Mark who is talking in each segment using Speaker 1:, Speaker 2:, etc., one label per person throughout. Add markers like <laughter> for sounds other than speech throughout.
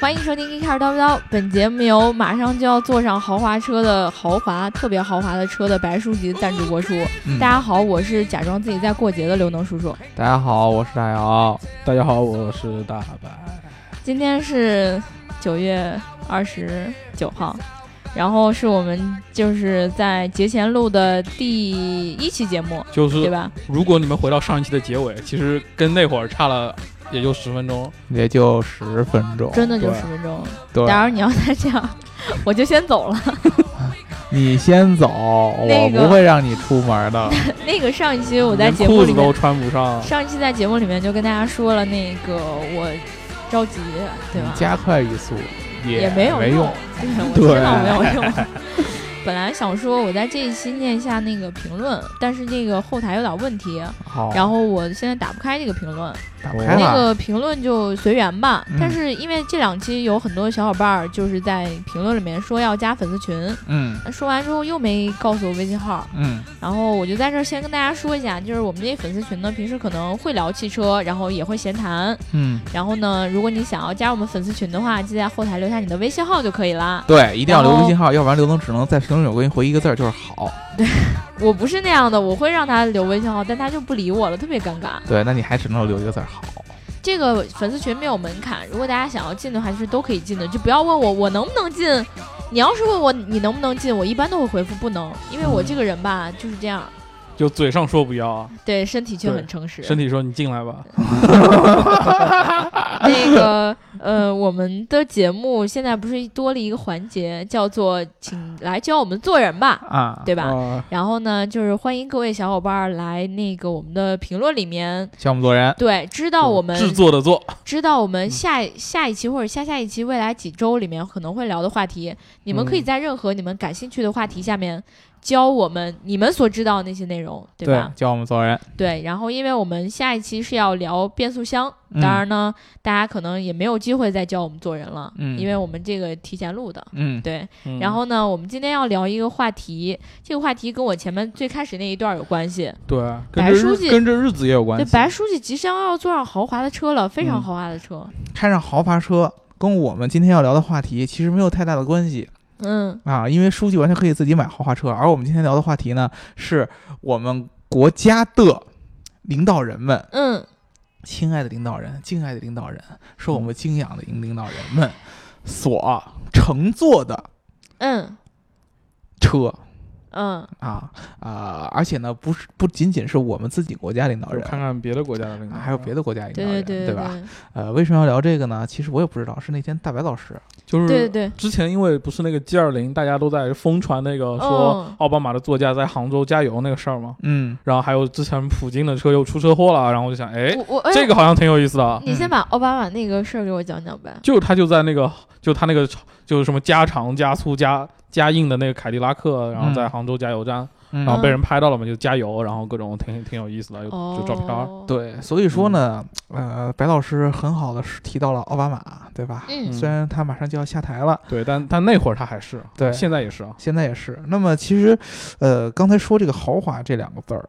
Speaker 1: 欢迎收听《一开始叨不叨》，本节目由马上就要坐上豪华车的豪华、特别豪华的车的白书记赞助播出。
Speaker 2: 嗯
Speaker 1: 大家好，我是假装自己在过节的刘能叔叔。
Speaker 2: 大家好，我是大姚。
Speaker 3: 大家好，我是大白。
Speaker 1: 今天是九月二十九号，然后是我们就是在节前录的第一期节目，
Speaker 3: 就
Speaker 1: 对
Speaker 3: 是
Speaker 1: 吧？
Speaker 3: 如果你们回到上一期的结尾，其实跟那会儿差了也就十分钟。
Speaker 2: 也就十分钟，
Speaker 1: 真的就
Speaker 3: 哦对
Speaker 1: 十分钟。
Speaker 2: 对，
Speaker 1: 假如你要再这样， <laughs> 我就先走了。
Speaker 2: 你先走，
Speaker 1: 那
Speaker 2: 我
Speaker 1: 个
Speaker 2: 不会让你出门的。
Speaker 1: 那个上一期我在
Speaker 3: 连
Speaker 1: 节目
Speaker 3: 裤
Speaker 1: 里
Speaker 3: 子都
Speaker 1: 面，
Speaker 3: 穿不上。
Speaker 1: 上一期在节目里面就跟大家说了，那个我着急， <laughs> 对吧？
Speaker 2: 加快语速
Speaker 1: 也
Speaker 2: 也
Speaker 1: 没有
Speaker 2: 没
Speaker 1: 用，对，<laughs>
Speaker 2: 对
Speaker 1: 我知道没有用。 <laughs> 本来想说我在这一期念一下那个评论，但是那个后台有点问题，
Speaker 2: 好，
Speaker 1: 然后我现在打不开这个评论，
Speaker 2: 打哦开
Speaker 1: 那
Speaker 2: 了，
Speaker 1: 个评论就随缘吧。
Speaker 2: 嗯
Speaker 1: 但是因为这两期有很多小伙伴儿就是在评论里面说要加粉丝群，
Speaker 2: 嗯
Speaker 1: 说完之后又没告诉我微信号，
Speaker 2: 嗯，
Speaker 1: 然后我就在这儿先跟大家说一下，就是我们这粉丝群呢，平时可能会聊汽车，然后也会闲谈。
Speaker 2: 嗯，
Speaker 1: 然后呢，如果你想要加入我们粉丝群的话，记得在后台留下你的微信号就可以啦。
Speaker 2: 对，一定要
Speaker 1: 然
Speaker 2: 留
Speaker 1: 后
Speaker 2: 微信号，要不然刘能只能在评论里我给你回一个字儿，就是好。
Speaker 1: 我不是那样的，我会让他留微信号，但他就不理我了，特别尴尬。
Speaker 2: 对，那你还只能留一个字儿好。
Speaker 1: 这个粉丝群没有门槛，如果大家想要进的话，就是都可以进的，就不要问我我能不能进。你要是问我你能不能进，我一般都会回复不能，因为我这个人吧就是这样，
Speaker 3: 就嘴上说不要，
Speaker 1: 对身体却
Speaker 3: 对
Speaker 1: 很诚实。
Speaker 3: 身体说你进来吧。
Speaker 1: 那个呃，我们的节目现在不是多了一个环节，叫做“请来教我们做人吧
Speaker 2: 啊”，，
Speaker 1: 对吧？
Speaker 3: 啊
Speaker 1: 然后呢，就是欢迎各位小伙伴儿来那个我们的评论里面，
Speaker 2: 教我们做人。
Speaker 1: 对，知道我们
Speaker 3: 制作的做，
Speaker 1: 知道我
Speaker 3: 嗯
Speaker 1: 们下下一期或者下下一期未来几周里面可能会聊的话题，你们可以
Speaker 3: 嗯
Speaker 1: 在任何你们感兴趣的话题下面教我们你们所知道的那些内容，对吧？
Speaker 2: 教我们做人。
Speaker 1: 对，然后因为我们下一期是要聊变速箱，
Speaker 2: 嗯
Speaker 1: 当然呢，大家可能也没有机会再教我们做人了，
Speaker 2: 嗯
Speaker 1: 因为我们这个提前录的。
Speaker 2: 嗯，
Speaker 1: 对，
Speaker 3: 嗯
Speaker 1: 然后呢，我们今天要聊一个话题，这个话题跟我前面最开始那一段有关系。
Speaker 3: 对，啊跟
Speaker 1: 白
Speaker 3: 这
Speaker 1: 书
Speaker 3: 日
Speaker 1: 记
Speaker 3: 跟这日子也有关
Speaker 1: 对，
Speaker 3: 系。
Speaker 1: 白书记即将要坐上豪华的车了，非常
Speaker 3: 嗯
Speaker 1: 豪华的车。
Speaker 2: 开上豪华车跟我们今天要聊的话题其实没有太大的关系。
Speaker 1: 嗯，
Speaker 2: 啊，因为书记完全可以自己买豪华车，而我们今天聊的话题呢，是我们国家的领导人们，
Speaker 1: 嗯，
Speaker 2: 亲爱的领导人，敬爱的领导人，是我们敬仰的领领导人们所乘坐的
Speaker 1: 嗯，
Speaker 2: 车
Speaker 1: 嗯，
Speaker 2: 啊啊、而且呢，不是不仅仅是我们自己国家领导
Speaker 3: 就
Speaker 2: 人。
Speaker 3: 看看别的国家的领导，
Speaker 2: 还有别的国家领
Speaker 1: 对
Speaker 2: 导人，
Speaker 1: 对对对
Speaker 2: 吧？呃，为什么要聊这个呢？其实我也不知道，是那天大白老师，
Speaker 3: 嗯就是
Speaker 1: 对对对，
Speaker 3: 之前因为不是那个 G 二零，大家都在疯传那个
Speaker 1: 嗯
Speaker 3: 说奥巴马的座驾在杭州加油那个事儿嘛，
Speaker 2: 嗯，
Speaker 3: 然后还有之前普京的车又出车祸了，然后我就想，哎，
Speaker 1: 我我哎
Speaker 3: 这
Speaker 1: 个，
Speaker 3: 个好像挺有意思的啊，
Speaker 1: 你先把奥巴马那个事儿给我讲讲呗。
Speaker 3: 就他就在那个就他那个就是什么加长、加粗、加加硬的那个凯迪拉克，然后在杭州加油站，
Speaker 2: 嗯
Speaker 3: 然后被人拍到了嘛，就加油，然后各种挺挺有意思的，有
Speaker 1: 哦，
Speaker 3: 就照片儿，
Speaker 2: 对，所以说呢，呃，白老师很好的提到了奥巴马，对吧？
Speaker 1: 嗯
Speaker 2: 虽然他马上就要下台了，
Speaker 3: 对，但但那会儿他还是，
Speaker 2: 对
Speaker 3: 现在也是啊，
Speaker 2: 现在也是。那么其实，呃，刚才说这个豪华这两个字儿，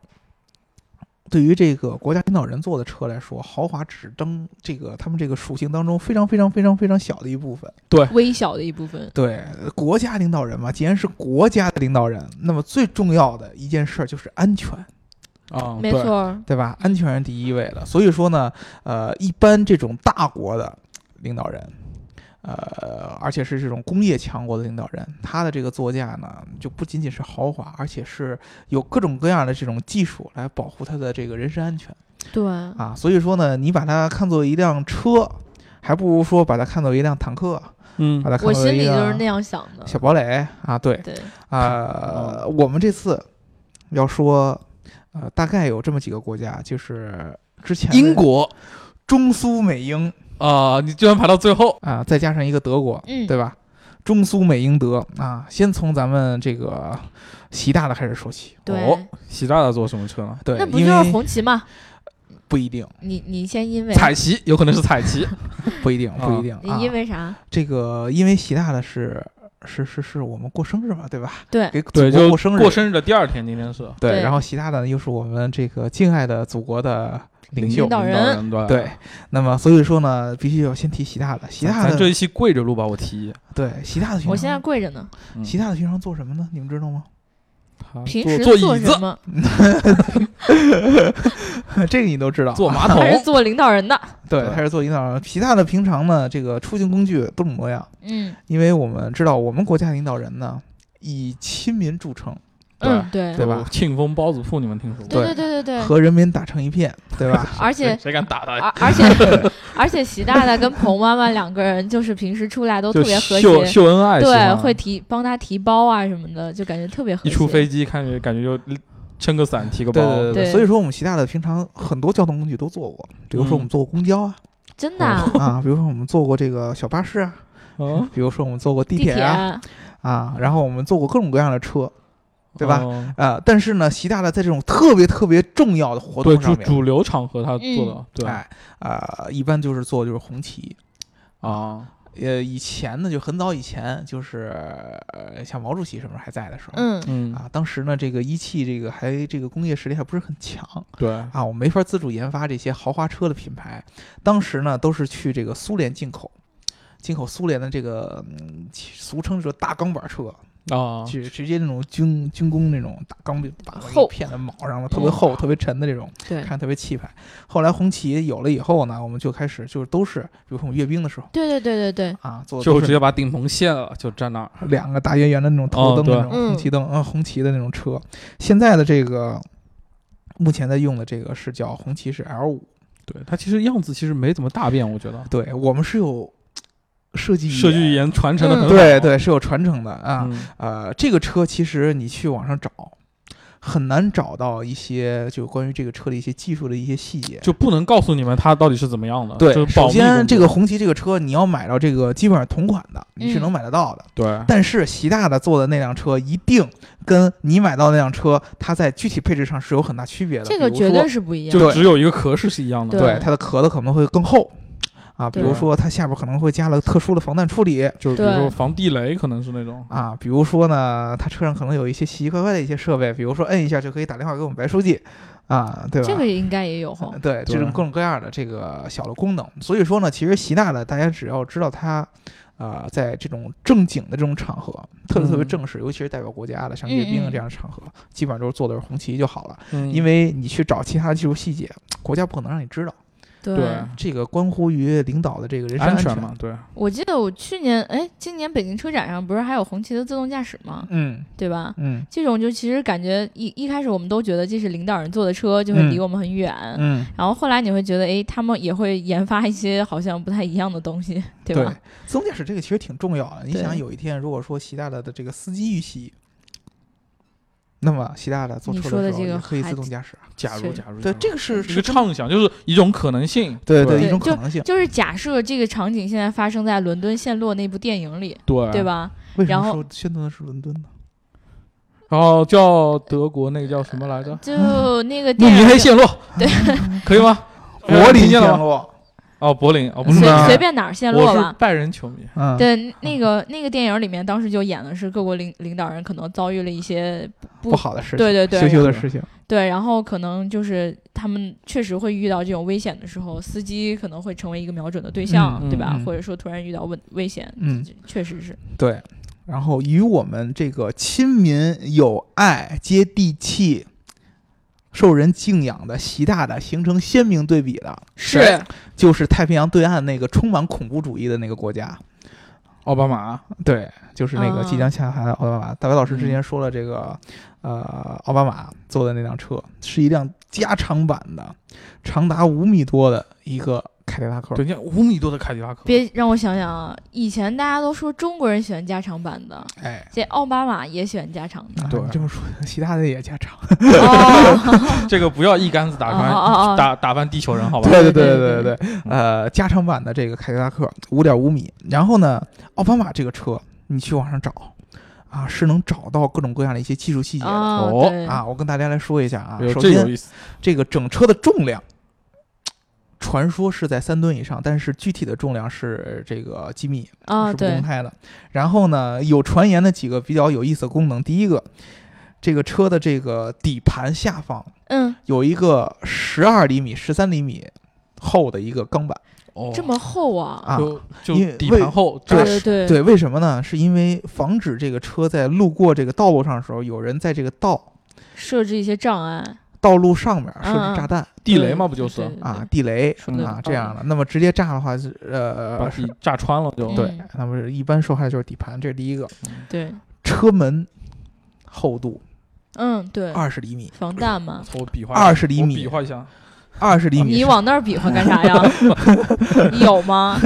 Speaker 2: 对于这个国家领导人坐的车来说，豪华只登这个他们这个属性当中非常非常非常非常小的一部分。
Speaker 1: 微小的一部分。
Speaker 2: 对，国家领导人嘛，既然是国家的领导人，那么最重要的一件事儿就是安全。
Speaker 3: 啊，
Speaker 1: 没
Speaker 3: 对
Speaker 1: 错，儿，
Speaker 2: 对吧？安全是第一位的。所以说呢，呃，一般这种大国的领导人，呃，而且是这种工业强国的领导人，他的这个座驾呢，就不仅仅是豪华，而且是有各种各样的这种技术来保护他的这个人身安全
Speaker 1: 对，
Speaker 2: 啊。所以说呢，你把它看作一辆车，还不如说把它看作一辆坦克，
Speaker 3: 嗯
Speaker 2: 把，它看
Speaker 1: 我
Speaker 2: 作
Speaker 1: 心
Speaker 2: 一
Speaker 1: 里就是那
Speaker 2: 辆
Speaker 1: 样想的。
Speaker 2: 小堡垒啊。对，
Speaker 1: 对，
Speaker 2: 啊、
Speaker 3: 嗯
Speaker 2: 我们这次要说，呃，大概有这么几个国家，就是之前的
Speaker 3: 英国
Speaker 2: 中苏美英
Speaker 3: 啊，你居然排到最后，
Speaker 2: 啊、再加上一个德国，
Speaker 1: 嗯，
Speaker 2: 对吧？中苏美英德啊，先从咱们这个习大大开始说起。
Speaker 1: 对
Speaker 3: 哦习大大坐什么车呢？
Speaker 2: 对
Speaker 1: 那，不
Speaker 2: 因
Speaker 1: 就是
Speaker 2: 为
Speaker 1: 红旗吗？
Speaker 2: 不一定，
Speaker 1: 你你先因为
Speaker 3: 彩旗有可能是彩旗，
Speaker 2: 不一定，不
Speaker 3: 啊
Speaker 2: 一定
Speaker 1: 你
Speaker 2: 啊。
Speaker 1: 因为啥？
Speaker 2: 这个，因为习大大是是是是我们过生日嘛，对吧？
Speaker 1: 对
Speaker 2: 给祖
Speaker 3: 对，
Speaker 2: 国
Speaker 3: 就
Speaker 2: 过生日，
Speaker 3: 过生日的第二天，今天是
Speaker 2: 对，
Speaker 1: 对
Speaker 2: 然后其他的又是我们这个敬爱的祖国的领袖
Speaker 1: 领导人
Speaker 3: 人对
Speaker 2: 对，那么所以说呢，必须要先提习大的，习大
Speaker 3: 啊咱这
Speaker 2: 的
Speaker 3: 一期跪着录吧，我提议。
Speaker 2: 对习大的平常，
Speaker 1: 我现在跪着呢。
Speaker 3: 嗯
Speaker 2: 习大的平常做什么呢？你们知道吗？ <laughs>
Speaker 3: 他
Speaker 1: 平
Speaker 3: 坐
Speaker 1: 时
Speaker 3: 坐椅
Speaker 1: 什
Speaker 3: 子，
Speaker 1: 么？
Speaker 2: 这个你都知道啊，
Speaker 3: 坐马桶
Speaker 1: 他，是做领导人的。
Speaker 2: 对，
Speaker 3: 对
Speaker 2: 他是做引导人。习大的平常呢，这个出行工具多种多样，
Speaker 1: 嗯
Speaker 2: 因为我们知道我们国家领导人呢以亲民著称，
Speaker 1: 嗯， <laughs> 对
Speaker 2: 对吧
Speaker 3: 哦庆丰包子铺你们听说过？
Speaker 1: 对对对对对，
Speaker 2: 和人民打成一片，对吧？
Speaker 1: 而且
Speaker 3: 谁敢打他？
Speaker 1: 而而且 <laughs> 而且习大大跟彭妈妈两个人就是平时出来都特
Speaker 3: 就
Speaker 1: 别和
Speaker 3: 秀
Speaker 1: 谐，
Speaker 3: 秀恩爱，喜
Speaker 1: 对，
Speaker 3: 欢
Speaker 1: 会提帮他提包啊什么的，就感觉特别和谐。
Speaker 3: 一出飞机，看着感觉就撑个伞，提个
Speaker 2: 对
Speaker 3: 包，
Speaker 2: 对
Speaker 1: <laughs> 对
Speaker 2: 所以说我们习大的平常很多交通工具都坐过，比如说我们坐过公交啊，
Speaker 1: 真的啊
Speaker 2: 啊，比如说我们坐过这个小巴士啊，
Speaker 3: 嗯，
Speaker 2: 比如说我们坐过地
Speaker 1: 地
Speaker 2: 铁
Speaker 1: 铁
Speaker 2: 啊
Speaker 1: 啊
Speaker 2: 啊，然后我们坐过各种各样的车。对吧
Speaker 3: 嗯？
Speaker 2: 啊、但是呢，习大大在这种特别特别重要的活
Speaker 3: 对
Speaker 2: 动上
Speaker 3: 主
Speaker 2: 面，
Speaker 3: 主流场合他做的
Speaker 1: 嗯，
Speaker 3: 对
Speaker 2: 哎啊、一般就是坐就是红旗，
Speaker 3: 啊，
Speaker 2: 呃，以前呢，就很早以前，就是呃像毛主席什么时候还在的时候，
Speaker 1: 嗯
Speaker 3: 嗯，
Speaker 2: 啊，当时呢，这个一汽这个还这个工业实力还不是很强
Speaker 3: 对，
Speaker 2: 啊，我没法自主研发这些豪华车的品牌，当时呢都是去这个苏联进口。进口苏联的这个，嗯、其俗称这大钢板车，
Speaker 3: 啊，
Speaker 2: 就直接那种军军工那种大钢板把
Speaker 1: 厚嗯
Speaker 2: 一片的铆上了，特别厚、特别沉的这种，
Speaker 1: 对
Speaker 2: 看着特别气派。后来红旗有了以后呢，我们就开始就是都是，比如说我们阅兵的时候
Speaker 1: 对对对对对，
Speaker 2: 啊，做的
Speaker 3: 就
Speaker 2: 都
Speaker 3: 直
Speaker 2: 是
Speaker 3: 接把顶棚卸了，就站那儿，
Speaker 2: 两个大圆圆的那种头灯
Speaker 3: 哦对
Speaker 2: 那种
Speaker 1: 嗯
Speaker 2: 红旗灯，嗯，红旗的那种车。现在的这个，目前在用的这个是叫红旗是 L 五，
Speaker 3: 对他其实样子其实没怎么大变，我觉得
Speaker 2: 对我们是有设计语言嗯
Speaker 3: 设计语言传承的很好，
Speaker 2: 对对是有传承的啊。
Speaker 3: 嗯
Speaker 2: 呃，这个车其实你去网上找，很难找到一些就关于这个车的一些技术的一些细节。
Speaker 3: 就不能告诉你们它到底是怎么样的，
Speaker 2: 对
Speaker 3: 啊就，是保
Speaker 2: 首
Speaker 3: 密工
Speaker 2: 先
Speaker 3: 作
Speaker 2: 这个红旗这个车，你要买到这个基本上同款的，你是
Speaker 1: 嗯
Speaker 2: 能买得到的。
Speaker 3: 对
Speaker 2: 但是习大大坐的那辆车一定跟你买到的那辆车，它在具体配置上是有很大区别的。
Speaker 1: 这个
Speaker 2: 比如
Speaker 1: 绝
Speaker 2: 说
Speaker 1: 对是不一样的。
Speaker 3: 就只有一个壳是是一样的，
Speaker 1: 对
Speaker 2: 对它的壳子可能会更厚啊，比
Speaker 1: 对
Speaker 2: 如说它下边可能会加了特殊的防弹处理
Speaker 3: 就是比如
Speaker 1: 对
Speaker 3: 说防地雷，可能是那种，
Speaker 2: 啊，比如说呢，它车上可能有一些奇奇怪怪的一些设备，比如说摁一下就可以打电话给我们白书记啊，对吧？
Speaker 1: 这个应该也有哈
Speaker 2: 嗯，对，这种各种各样的这个小的功能，所以说呢，其实习大大大家只要知道他，啊，在这种正经的这种场合，特别特别
Speaker 3: 嗯
Speaker 2: 正式，尤其是代表国家的，像
Speaker 1: 嗯
Speaker 2: 阅兵啊
Speaker 1: 嗯
Speaker 2: 这样的场合，基本上都是做的是红旗就好了。
Speaker 3: 嗯
Speaker 2: 因为你去找其他的技术细节，国家不可能让你知道，
Speaker 1: 对
Speaker 3: 对
Speaker 2: 这个关乎于领导的这个人身
Speaker 3: 安
Speaker 2: 全
Speaker 3: 全嘛，对，
Speaker 1: 我记得我去年哎，今年北京车展上不是还有红旗的自动驾驶吗？
Speaker 2: 嗯
Speaker 1: 对吧？
Speaker 2: 嗯
Speaker 1: 这种就其实感觉一一开始我们都觉得这是领导人坐的车，就会离
Speaker 2: 嗯
Speaker 1: 我们很远。
Speaker 2: 嗯，
Speaker 1: 然后后来你会觉得，哎，他们也会研发一些好像不太一样的东西，对吧？
Speaker 2: 自动驾驶这个其实挺重要的。你
Speaker 1: 对
Speaker 2: 想有一天如果说习大大的这个司机遇袭，那么习大大坐
Speaker 1: 你
Speaker 2: 车
Speaker 1: 说的
Speaker 2: 的时候
Speaker 1: 这个
Speaker 2: 也可以
Speaker 1: 还
Speaker 2: 自动驾驶啊。
Speaker 3: 假如
Speaker 1: 是
Speaker 3: 假如
Speaker 2: 对，
Speaker 3: 假如
Speaker 2: 这个是
Speaker 3: 一
Speaker 2: 是
Speaker 3: 个畅想，就是一种可能性，
Speaker 2: 对
Speaker 3: 对
Speaker 2: 一种
Speaker 1: 对
Speaker 2: 可能性。
Speaker 1: 就是假设这个场景现在发生在伦敦陷落那部电影里，
Speaker 3: 对
Speaker 1: 对？吧？
Speaker 2: 为什
Speaker 1: 然
Speaker 2: 么
Speaker 1: 后
Speaker 2: 说宣传的是伦敦呢？
Speaker 3: 然后叫德国那个叫什么来着？
Speaker 1: 就那个
Speaker 3: 慕
Speaker 1: 电
Speaker 3: 尼
Speaker 1: 影
Speaker 3: 黑
Speaker 1: 里，
Speaker 3: 陷落，
Speaker 1: 对，
Speaker 3: 可以吗？
Speaker 2: 嗯柏林
Speaker 3: 陷
Speaker 2: 陷
Speaker 3: 落
Speaker 2: 落，
Speaker 3: 哦，柏林哦，不是
Speaker 2: 嗯
Speaker 1: 随
Speaker 2: 呐
Speaker 1: 随便哪儿陷落
Speaker 3: 我是
Speaker 1: 吧。
Speaker 3: 拜仁球迷，
Speaker 2: 嗯，
Speaker 1: 对，那个那个电影里面当时就演的是各国领领导人可能遭遇了一些不
Speaker 2: 不好的事情，
Speaker 1: 对对对
Speaker 2: 羞羞的事情，
Speaker 1: 对，然后可能就是他们确实会遇到这种危险的时候，司机可能会成为一个瞄准的对象，
Speaker 3: 嗯
Speaker 1: 对吧？
Speaker 2: 嗯
Speaker 1: 或者说突然遇到问危险，
Speaker 2: 嗯，
Speaker 1: 这确实是，
Speaker 2: 对。然后与我们这个亲民友爱、接地气、受人敬仰的习大大形成鲜明对比的，
Speaker 1: 是
Speaker 2: 就是太平洋对岸那个充满恐怖主义的那个国家，
Speaker 3: 奥巴马，
Speaker 2: 对，就是那个
Speaker 1: 啊
Speaker 2: 即将下台的奥巴马。大白老师之前说了，这个、呃，奥巴马坐的那辆车是一辆加长版的，长达五米多的一个凯迪拉克。
Speaker 3: 对，你看五米多的凯迪拉克，
Speaker 1: 别让我想想啊，以前大家都说中国人喜欢加长版的，
Speaker 2: 哎，
Speaker 1: 这奥巴马也喜欢加长
Speaker 2: <laughs>
Speaker 1: 的。
Speaker 2: 啊
Speaker 3: 对
Speaker 2: 你这么说，其他的也加长。
Speaker 1: 哦，
Speaker 3: 这个不要一竿子打
Speaker 1: 哦哦哦
Speaker 3: 穿，打打翻地球人，好吧？
Speaker 1: 对
Speaker 2: 对
Speaker 1: 对
Speaker 2: 对
Speaker 1: 对
Speaker 2: 对，呃，加长版的这个凯迪拉克五点五米，然后呢，奥巴马这个车你去网上找啊，是能找到各种各样的一些技术细节的。
Speaker 1: 哦，对，
Speaker 2: 啊，我跟大家来说一下啊
Speaker 3: 哎呦，
Speaker 2: 首
Speaker 3: 这有
Speaker 2: 先
Speaker 3: 意思，
Speaker 2: 这个整车的重量传说是在三吨以上，但是具体的重量是这个机密，
Speaker 1: 啊，
Speaker 2: 是不公
Speaker 1: 对，
Speaker 2: 开的。然后呢，有传言的几个比较有意思的功能，第一个，这个车的这个底盘下方
Speaker 1: 嗯，
Speaker 2: 有一个十二厘米、十三厘米厚的一个钢板
Speaker 3: 哦
Speaker 1: 这么厚啊，
Speaker 2: 啊。
Speaker 3: 就
Speaker 2: 因为
Speaker 3: 就底盘厚扎
Speaker 1: 对
Speaker 3: 实，
Speaker 1: 对，
Speaker 2: 对，为什么呢？是因为防止这个车在路过这个道路上的时候，有人在这个道
Speaker 1: 设置一些障碍，
Speaker 2: 道路上面设
Speaker 1: 嗯嗯
Speaker 2: 置炸弹
Speaker 3: 地雷嘛不就是
Speaker 1: 对对对
Speaker 2: 啊、地雷
Speaker 3: 说得
Speaker 2: 啊
Speaker 1: 有
Speaker 2: 这
Speaker 1: 道
Speaker 2: 样
Speaker 1: 理
Speaker 2: 的。那么直接炸的话是，
Speaker 3: 把
Speaker 2: 呃，
Speaker 3: 地
Speaker 2: 是
Speaker 3: 炸穿了就
Speaker 1: 嗯
Speaker 2: 对。那么一般受害就是底盘，这是第一个。
Speaker 1: 对，
Speaker 2: 车门厚度
Speaker 1: 嗯，对，
Speaker 2: 二十厘米，
Speaker 1: 防弹嘛。
Speaker 3: 我比划
Speaker 2: 20厘米
Speaker 3: 我比划一下，
Speaker 2: 二十厘米
Speaker 1: 你
Speaker 2: 是
Speaker 1: 往那儿比划干啥呀？你有吗？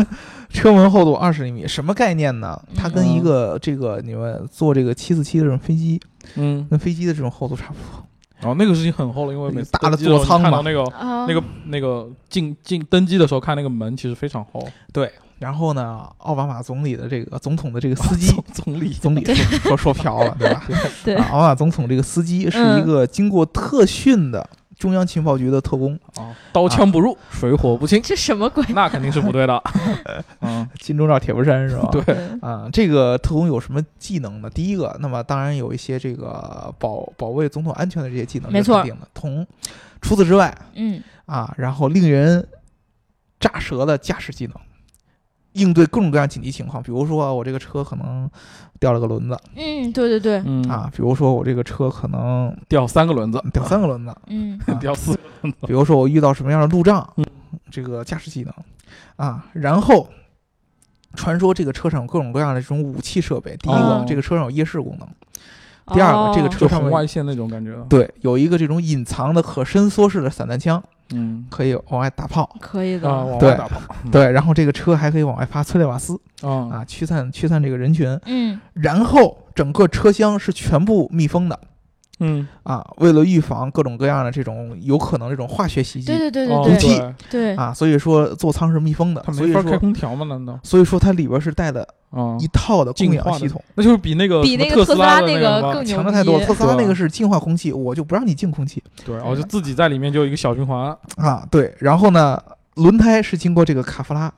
Speaker 2: 车门厚度二十厘米，什么概念呢？它跟一
Speaker 3: 嗯
Speaker 2: 个这个你们坐这个七四七的这种飞机，
Speaker 3: 嗯，
Speaker 2: 跟飞机的这种厚度差不多。
Speaker 3: 然后哦那个事情很厚了，因为每次
Speaker 2: 大的
Speaker 3: 登机时候
Speaker 2: 座舱
Speaker 3: 你看到
Speaker 2: 嘛
Speaker 3: 那个
Speaker 1: 啊，
Speaker 3: 哦那个那个进进登机的时候看那个门其实非常厚，
Speaker 2: 对，然后呢，奥巴马总理的这个总统的这个
Speaker 1: <laughs>
Speaker 2: 司机，
Speaker 3: 总 <laughs> 总理
Speaker 2: 总理说说说瓢了，对吧？
Speaker 1: 对嗯
Speaker 2: 啊，奥巴马总统这个司机是一个经过特训的中央情报局的特工，
Speaker 3: 啊，刀枪不入，水火不侵，
Speaker 1: 这什么鬼？
Speaker 3: 那肯定是不
Speaker 2: <laughs>
Speaker 3: 对的。嗯，
Speaker 2: 金钟罩铁布衫是吧？
Speaker 3: 对。
Speaker 1: 对
Speaker 2: 啊，这个特工有什么技能呢？第一个，那么当然有一些这个保保卫总统安全的这些技能，
Speaker 1: 没
Speaker 2: 这是
Speaker 1: 错
Speaker 2: 肯定的。同除此之外
Speaker 1: 嗯，
Speaker 2: 啊，然后令人炸舌的驾驶技能，应对各种各样紧急情况，比如说我这个车可能掉了个轮子
Speaker 1: 嗯，对对对，
Speaker 3: 嗯，
Speaker 2: 啊，比如说我这个车可能
Speaker 3: 掉三个轮子，
Speaker 2: 掉三个轮子，
Speaker 1: 嗯，
Speaker 2: 啊
Speaker 3: 掉
Speaker 2: <laughs>
Speaker 3: 四个，
Speaker 2: 比如说我遇到什么样的路障
Speaker 3: 嗯，
Speaker 2: 这个驾驶技能啊，然后传说这个车上有各种各样的这种武器设备。第一个
Speaker 3: 哦，
Speaker 2: 这个车上有夜视功能；第二个，这个
Speaker 1: 哦
Speaker 2: 车
Speaker 3: 就
Speaker 2: 上
Speaker 3: 红
Speaker 2: 面
Speaker 3: 外线那种感觉。
Speaker 2: 对有一个这种隐藏的可伸缩式的散弹枪，
Speaker 3: 嗯，
Speaker 2: 可以往外打炮。
Speaker 1: 可以
Speaker 3: 啊，
Speaker 1: 的，
Speaker 3: 往
Speaker 2: 对
Speaker 3: 外打炮。嗯
Speaker 2: 对，然后这个车还可以往外发催泪瓦斯
Speaker 3: 啊，
Speaker 2: 啊，驱散驱散这个人群。
Speaker 1: 嗯，
Speaker 2: 然后整个车厢是全部密封的
Speaker 3: 嗯，
Speaker 2: 啊，为了预防各种各样的这种有可能这种化学袭
Speaker 1: 对
Speaker 2: 击
Speaker 1: 对对
Speaker 3: 哦
Speaker 1: 对对
Speaker 2: 机
Speaker 3: 对，
Speaker 1: 对，
Speaker 2: 啊，所以说座舱是密封的
Speaker 3: 他，
Speaker 2: 所
Speaker 3: 没
Speaker 2: 以
Speaker 3: 法开
Speaker 2: 说
Speaker 3: 空调吗？难道
Speaker 2: 所以说它里边是带的
Speaker 3: 啊
Speaker 2: 一？套的供
Speaker 3: 净化
Speaker 2: 氧
Speaker 3: 的
Speaker 2: 系统，
Speaker 3: 那就是比那个
Speaker 1: 比
Speaker 3: 什么
Speaker 1: 那个
Speaker 3: 特
Speaker 1: 特斯
Speaker 3: 拉
Speaker 1: 拉
Speaker 3: 的
Speaker 1: 那
Speaker 3: 个
Speaker 1: 个
Speaker 3: 吧
Speaker 1: 更牛
Speaker 2: 强的太多了。
Speaker 1: 逼
Speaker 2: 特斯拉
Speaker 3: 对
Speaker 2: 那个是净化空气，我就不让你净空气
Speaker 3: 对，然后就自己在里面就有一个小循环。
Speaker 2: 啊。对，然后呢，轮胎是经过这个卡夫拉、
Speaker 3: 然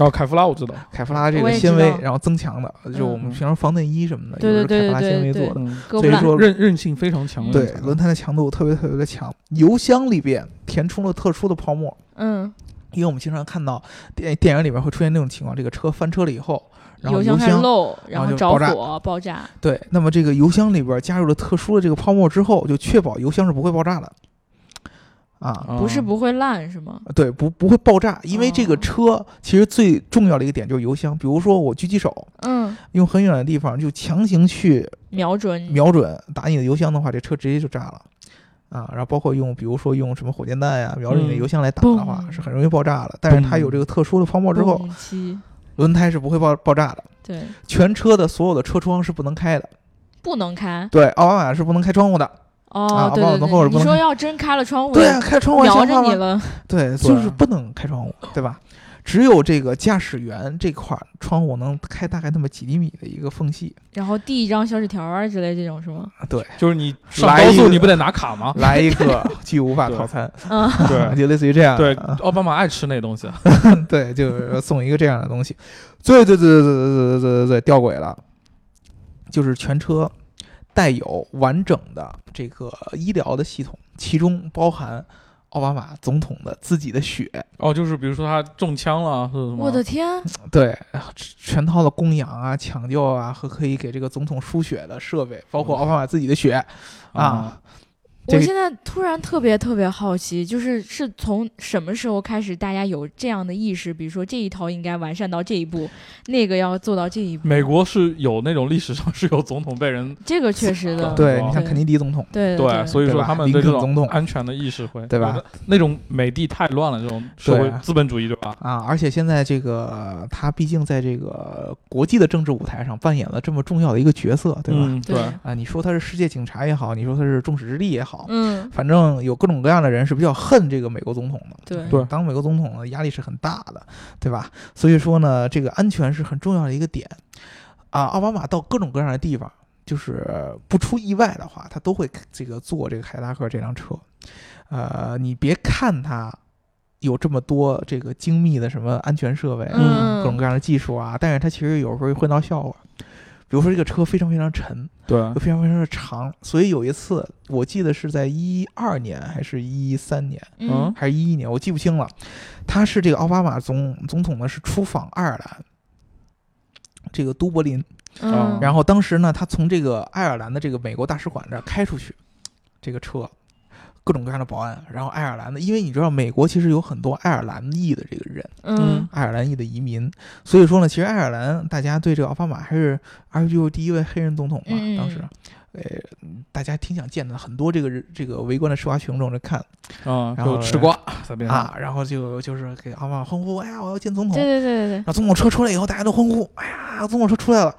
Speaker 3: 哦后凯夫拉我知道，
Speaker 2: 凯夫拉这
Speaker 1: 我
Speaker 2: 个
Speaker 1: 也知
Speaker 2: 纤维
Speaker 1: 道，
Speaker 2: 然后增强的，就我们
Speaker 3: 嗯
Speaker 2: 平常防震衣什么的，
Speaker 1: 对
Speaker 2: 也是
Speaker 1: 对对
Speaker 2: 凯夫拉
Speaker 1: 对
Speaker 2: 纤维
Speaker 1: 对
Speaker 2: 做的。嗯
Speaker 3: 嗯，
Speaker 1: 哥
Speaker 2: 所
Speaker 1: 布
Speaker 2: 以
Speaker 1: 拉，
Speaker 2: 说，
Speaker 3: 韧韧性非常强。
Speaker 2: 对轮胎的强度特别特别的强。油箱里边填充了特殊的泡沫，
Speaker 1: 嗯，
Speaker 2: 因为我们经常看到电电影里面会出现那种情况，这个车翻车了以后，然后
Speaker 1: 油箱开始
Speaker 2: 箱
Speaker 1: 漏，
Speaker 2: 然
Speaker 1: 然
Speaker 2: 后
Speaker 1: 后
Speaker 2: 就
Speaker 1: 着
Speaker 2: 爆炸
Speaker 1: 火爆炸，
Speaker 2: 对，那么这个油箱里边加入了特殊的这个泡沫之后，就确保油箱是不会爆炸的，啊，
Speaker 3: 啊
Speaker 1: 不是不会烂是吗？
Speaker 2: 对，不不会爆炸，因为这个
Speaker 1: 哦
Speaker 2: 车其实最重要的一个点就是油箱。比如说我狙击手
Speaker 1: 嗯，
Speaker 2: 用很远的地方就强行去
Speaker 1: 瞄准你，
Speaker 2: 瞄准打你的油箱的话，这车直接就炸了。啊，然后包括用，比如说用什么火箭弹呀、瞄准你的
Speaker 3: 嗯
Speaker 2: 油箱来打的话，
Speaker 1: 嘣
Speaker 2: 是很容易爆炸的。但是它有这个特殊的泡沫之后，
Speaker 1: 蹦极
Speaker 2: 轮胎是不会爆爆炸的。
Speaker 1: 对，
Speaker 2: 全车的所有的车窗是不能开的，
Speaker 1: 不能开
Speaker 2: 对，奥巴马是不能开窗户的。啊
Speaker 1: 哦，对
Speaker 2: 往
Speaker 1: 对
Speaker 2: 门后是
Speaker 1: 对，
Speaker 2: 不
Speaker 1: 你
Speaker 2: 能
Speaker 1: 说
Speaker 2: 开
Speaker 1: 要真开了窗户，
Speaker 2: 对啊，开窗户还
Speaker 1: 瞄
Speaker 2: 像话
Speaker 1: 着你
Speaker 2: 吗？
Speaker 1: 了，
Speaker 2: 对，
Speaker 3: 对
Speaker 2: 就是不能开窗户，对吧？只有这个驾驶员这块儿窗户能开大概那么几厘米的一个缝隙，
Speaker 1: 然后递一张小纸条啊之类这种是吗？
Speaker 3: 就是你上
Speaker 2: 来
Speaker 3: 高
Speaker 2: 一个？
Speaker 3: 速你不得拿卡吗
Speaker 2: <laughs> 来一个巨无霸套餐，
Speaker 1: 嗯，
Speaker 2: <laughs>
Speaker 3: 对
Speaker 2: 就类似于这样。
Speaker 3: <laughs> 对
Speaker 2: 啊，
Speaker 3: 奥巴马爱吃那东西。啊
Speaker 2: <laughs> 对，就是送一个这样的东西。最最最最最最最最最吊诡了，就是全车带有完整的这个医疗的系统，其中包含奥巴马总统的自己的血，
Speaker 3: <laughs> 哦，就是比如说他中枪了，是什么？
Speaker 1: 我的
Speaker 2: 嗯
Speaker 1: 天，
Speaker 2: 对，全套的供氧啊、抢救啊和可以给这个总统输血的设备，包括奥巴马自己的血啊，这
Speaker 1: 我
Speaker 2: 个
Speaker 1: 现在突然特别特别好奇，就是是从什么时候开始大家有这样的意识？比如说这一套应该完善到这一步，那个要做到这一步，
Speaker 3: 美国是有那种历史上是有总统被人
Speaker 1: 这个确实的，
Speaker 2: 啊对，
Speaker 3: 哦
Speaker 2: 你像肯尼迪总统，
Speaker 1: 对对，
Speaker 3: 所以
Speaker 2: 对
Speaker 3: 说
Speaker 2: 吧
Speaker 3: 他们对这
Speaker 2: 林肯总统
Speaker 3: 种安全的意识会
Speaker 2: 对吧？
Speaker 3: 那种美帝太乱了，这种社
Speaker 2: 对
Speaker 3: 会
Speaker 2: 啊
Speaker 3: 资本主义对吧？
Speaker 2: 啊，而且现在这个呃他毕竟在这个国际的政治舞台上扮演了这么重要的一个角色，对吧？
Speaker 3: 嗯，
Speaker 1: 对
Speaker 3: 对，
Speaker 2: 啊，你说他是世界警察也好，你说他是众矢之的也好，
Speaker 1: 嗯，
Speaker 2: 反正有各种各样的人是比较恨这个美国总统的。
Speaker 1: 对
Speaker 3: 对
Speaker 2: 当美国总统的压力是很大的，对吧？所以说呢，这个安全是很重要的一个点啊。奥巴马到各种各样的地方，就是不出意外的话，他都会这个坐这个凯迪拉克这辆车。呃，你别看他有这么多这个精密的什么安全设备、啊
Speaker 1: 嗯
Speaker 2: 各种各样的技术啊，但是它其实有时候会混到笑话。比如说这个车非常非常沉，
Speaker 3: 对
Speaker 2: 又，非常非常的长，所以有一次我记得是在一二年还是一三年
Speaker 1: 嗯
Speaker 2: 还是一一年，我记不清了。他是这个奥巴马总总统呢是出访爱尔兰，这个都柏林，
Speaker 1: 嗯，
Speaker 2: 啊然后当时呢，他从这个爱尔兰的这个美国大使馆这儿开出去，这个车，各种各样的保安，然后爱尔兰的，因为你知道美国其实有很多爱尔兰裔的这个人，
Speaker 1: 嗯
Speaker 2: 爱尔兰裔的移民，所以说呢，其实爱尔兰大家对这个奥巴马还是 RQ 第一位黑人总统嘛，
Speaker 1: 嗯
Speaker 2: 当时。呃，大家挺想见的，很多这个这个围观的吃瓜群众在看
Speaker 3: 啊，
Speaker 2: 然后
Speaker 3: 就吃瓜在边上，
Speaker 2: 啊，然后就就是给奥巴马欢呼，哎呀，我要见总统，
Speaker 1: 对对对对
Speaker 2: 然后总统车出来以后，大家都欢呼，哎呀，总统车出来了！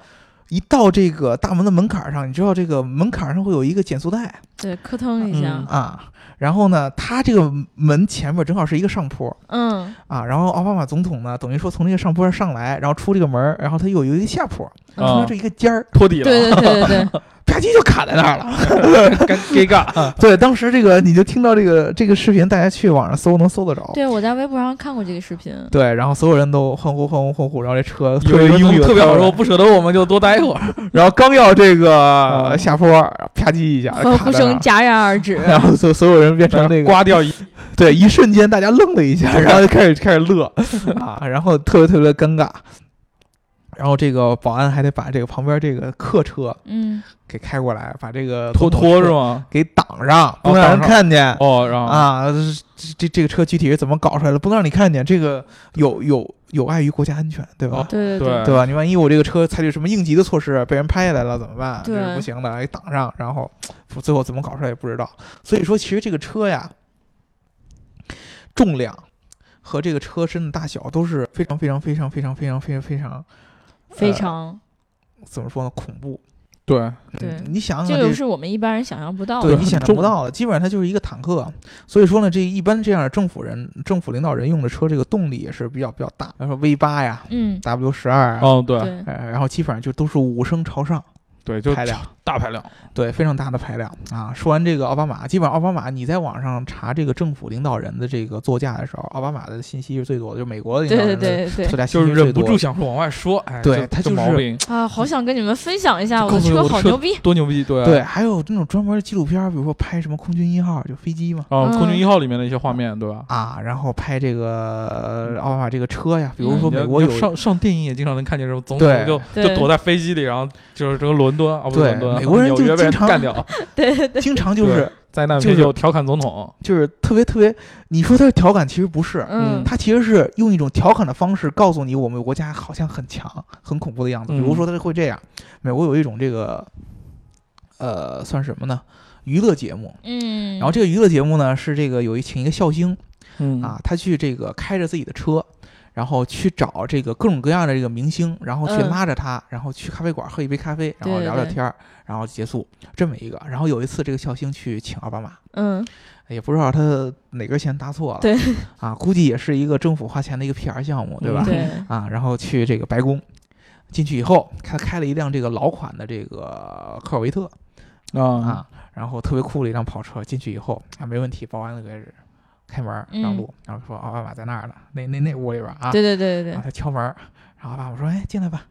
Speaker 2: 一到这个大门的门槛上，你知道这个门槛上会有一个减速带
Speaker 1: 对对，磕腾一下，
Speaker 2: 啊，然后呢，它这个门前面正好是一个上坡
Speaker 1: 嗯
Speaker 2: 啊，然后奥巴马总统呢，等于说从这个上坡上上来，然后出这个门儿，然后他又有一个下坡，
Speaker 1: 嗯
Speaker 2: 中
Speaker 3: 啊
Speaker 2: 间这一个尖儿，
Speaker 3: 托底
Speaker 1: 对
Speaker 3: 了，
Speaker 1: 对对对对，
Speaker 2: 啪叽就卡在那儿了。
Speaker 3: <laughs> 尴尴尬，
Speaker 2: 对，当时这个你就听到这个这个视频，大家去网上搜能搜得着。
Speaker 1: 对我在微博上看过这个视频，
Speaker 2: 对，然后所有人都欢呼欢呼欢呼，然后这车
Speaker 3: 有
Speaker 2: 特别英
Speaker 3: 英
Speaker 2: 语
Speaker 3: 语
Speaker 2: 地
Speaker 3: 特别
Speaker 2: 开
Speaker 3: 好
Speaker 2: 过来
Speaker 3: 说，不舍哎得我们就多待一会儿，
Speaker 2: 然后刚要这
Speaker 3: 啊
Speaker 2: 个下坡，啪叽一下，
Speaker 1: 欢呼
Speaker 2: 卡在那儿
Speaker 1: 声戛然而
Speaker 2: <laughs>
Speaker 1: 止，
Speaker 2: 然后所所有人变成那个，
Speaker 3: <laughs> 刮掉一
Speaker 2: 对，一瞬间大家愣了一下，然后就开始开始
Speaker 3: <laughs>
Speaker 2: 乐啊，然后特别特别尴尬。然后这个保安还得把这个旁边这个客车
Speaker 1: 嗯
Speaker 2: 给开过来，把这个
Speaker 3: 拖
Speaker 2: 总统
Speaker 3: 拖
Speaker 2: 车
Speaker 3: 是吗？
Speaker 2: 给挡上，
Speaker 3: 哦
Speaker 2: 不能让人
Speaker 3: 挡上
Speaker 2: 看见。
Speaker 3: 哦，然后
Speaker 2: 啊，这这这个车具体是怎么搞出来的？不能让你看见，这个有有有碍于国家安全，对吧？
Speaker 3: 哦
Speaker 1: 对对
Speaker 3: 对
Speaker 2: 对吧？你万一我这个车采取什么应急的措施，被人拍下来了怎么办？这是
Speaker 1: 对
Speaker 2: 不行的，给哎挡上，然后嘖最后怎么搞出来也不知道。所以说，其实这个车呀，重量和这个车身的大小都是非常非常非常非常非常非常非常呃
Speaker 1: 非常
Speaker 2: 怎么说呢？恐怖。
Speaker 3: 对，
Speaker 1: 对
Speaker 2: 嗯你想想
Speaker 1: 这
Speaker 2: 看
Speaker 1: 个
Speaker 2: 这。
Speaker 1: 是我们一般人想象不到
Speaker 2: 对
Speaker 1: 的，
Speaker 2: 你 <laughs>
Speaker 3: 很
Speaker 2: 想象
Speaker 3: 重
Speaker 2: 不到的，基本上它就是一个坦克，啊所以说呢，这一般这样的政府人、政府领导人用的车，这个动力也是比较比较大。然后 V 八呀、
Speaker 1: 嗯
Speaker 2: W 十二啊，
Speaker 3: 哦，对
Speaker 1: 对，
Speaker 2: 呃，然后基本上就都是五升朝上
Speaker 3: 对，就
Speaker 2: 排量，
Speaker 3: 大排量，
Speaker 2: 对，非常大的排量啊！说完这个奥巴马，基本上奥巴马，你在网上查这个政府领导人的这个座驾的时候，奥巴马的信息是最多的，就是美国的领
Speaker 1: 对
Speaker 2: 导
Speaker 1: 对
Speaker 2: 人
Speaker 1: 对
Speaker 2: 的
Speaker 1: 对
Speaker 2: 座驾
Speaker 3: 就
Speaker 2: 信息
Speaker 3: 是
Speaker 2: 最
Speaker 3: 忍
Speaker 2: 多
Speaker 3: 不
Speaker 2: 的。
Speaker 3: 住想说往外说，哎，
Speaker 2: 对
Speaker 3: 这
Speaker 2: 他就
Speaker 3: 这
Speaker 2: 是
Speaker 3: 毛病
Speaker 1: 啊，好想跟你们分享一下我的
Speaker 3: 告诉
Speaker 1: 车
Speaker 3: 我
Speaker 1: 好
Speaker 3: 车
Speaker 1: 牛逼，
Speaker 3: 多牛逼，对啊
Speaker 2: 对，还有那种专门的纪录片儿，比如说拍什么空军一号，就飞机嘛。
Speaker 3: 啊，
Speaker 1: 嗯
Speaker 3: 空军一号里面的一些画面，对吧？
Speaker 2: 啊，然后拍这个呃奥巴马这个车呀，比如说
Speaker 3: 嗯你
Speaker 2: 美
Speaker 3: 要
Speaker 2: 国
Speaker 3: 你
Speaker 2: 有
Speaker 3: 要上上电影也经常能看见这种总
Speaker 2: 对
Speaker 3: 统就
Speaker 1: 对
Speaker 3: 就躲在飞机里，然后就是这个伦敦啊，不是
Speaker 2: 对
Speaker 3: 伦敦，
Speaker 2: 美国人
Speaker 3: 纽
Speaker 2: 就
Speaker 3: 约被
Speaker 2: 经常
Speaker 3: 干掉，
Speaker 1: 对
Speaker 2: <laughs>
Speaker 1: 对对，
Speaker 2: 经常就是
Speaker 3: 灾难
Speaker 2: 就
Speaker 3: 片
Speaker 2: 是
Speaker 3: 就调侃总统，
Speaker 2: 就是特别特别，你说他是调侃，其实不是，
Speaker 1: 嗯
Speaker 3: 嗯
Speaker 2: 他其实是用一种调侃的方式告诉你我们国家好像很强、很恐怖的样子。比如
Speaker 3: 嗯
Speaker 2: 说他会这样，美国有一种这个，呃，算什么呢？娱乐节目。
Speaker 1: 嗯，
Speaker 2: 然后这个娱乐节目呢，是这个有一请一个笑星
Speaker 3: 嗯
Speaker 2: 啊，，他去这个开着自己的车，然后去找这个各种各样的这个明星，然后去
Speaker 1: 嗯
Speaker 2: 拉着他，然后去咖啡馆喝一杯咖啡，然后
Speaker 1: 对
Speaker 2: 聊聊
Speaker 1: 对
Speaker 2: 天儿，然后结束这么一个。然后有一次，这个笑星去请奥巴马，
Speaker 1: 嗯
Speaker 2: 也不知道他哪根弦搭错了，
Speaker 1: 对
Speaker 2: 啊，估计也是一个政府花钱的一个 PR 项目，对吧？
Speaker 1: 嗯对，
Speaker 2: 啊，然后去这个白宫，进去以后，他开了一辆这个老款的这个科尔维特
Speaker 3: 啊
Speaker 1: 嗯
Speaker 2: 啊，然后特别酷的一辆跑车，进去以后啊，没问题，保安就开始开门
Speaker 1: 嗯
Speaker 2: 让路，然后说奥巴马在那儿呢，那那那屋里边啊，
Speaker 1: 对对对对
Speaker 2: 然后
Speaker 1: 对，
Speaker 2: 他敲门，然后奥巴马说，哎，进来吧。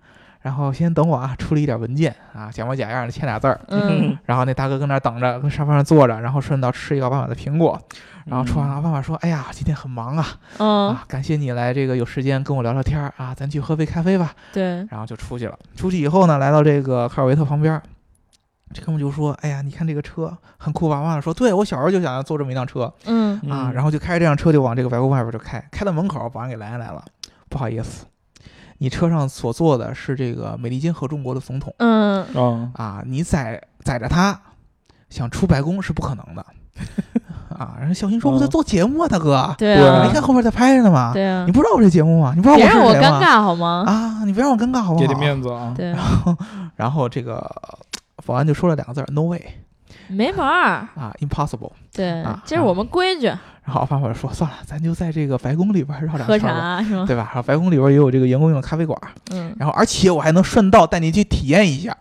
Speaker 2: 然后先等我啊，处理一点文件啊，假模假样的签俩字儿， <laughs>
Speaker 1: 嗯，
Speaker 2: 然后那大哥跟那儿等着，跟沙发上坐着，然后顺道吃一个奥巴马的苹果，然后吃完了，奥巴马说：“哎呀，今天很忙啊，
Speaker 1: 嗯
Speaker 2: 啊，感谢你来这个有时间跟我聊聊天儿啊，咱去喝杯咖啡吧。
Speaker 1: 对”，
Speaker 2: 然后就出去了。出去以后呢，来到这个科尔维特旁边儿，这哥们就说：“哎呀，你看这个车很酷吧？”奥巴马说：“对我小时候就想要坐这么一辆车
Speaker 1: 嗯
Speaker 2: 啊。
Speaker 3: 嗯
Speaker 2: 然后就开着这辆车就往这个白宫外边就开，开到门口，保安给拦下来了，不好意思，你车上所坐的是这个美利坚合众国的总统。
Speaker 1: 嗯
Speaker 3: 啊，
Speaker 2: 啊，你载载着他想出白宫是不可能的啊。然后小新说：“我在
Speaker 3: 嗯
Speaker 2: 做节目啊，大哥，
Speaker 1: 对
Speaker 3: 对
Speaker 2: 你
Speaker 1: 啊
Speaker 2: 没看后面在拍着呢吗？
Speaker 1: 对啊
Speaker 2: 你，不知道我这节目吗？你不知道
Speaker 1: 别
Speaker 2: 是
Speaker 1: 让我
Speaker 2: 谁
Speaker 1: 尴
Speaker 2: 吗？
Speaker 1: 尬好吗？
Speaker 2: 啊，你别让我尴尬好不
Speaker 3: 给点
Speaker 2: 好？
Speaker 3: 面子啊，
Speaker 1: 对，
Speaker 2: 然后这个呃保安就说了两个字儿：“No way
Speaker 1: 没门儿，
Speaker 2: 啊，impossible。
Speaker 1: 对
Speaker 2: 啊，
Speaker 1: 这是我们规矩，”
Speaker 2: 然后奥巴马说：“算了，咱就在这个白宫里边儿绕两
Speaker 1: 喝
Speaker 2: 圈儿吧。”
Speaker 1: 茶是吗？
Speaker 2: 对吧？然后白宫里边儿也有这个员工用的咖啡馆儿，
Speaker 1: 嗯
Speaker 2: 然后而且我还能顺道带您去体验一下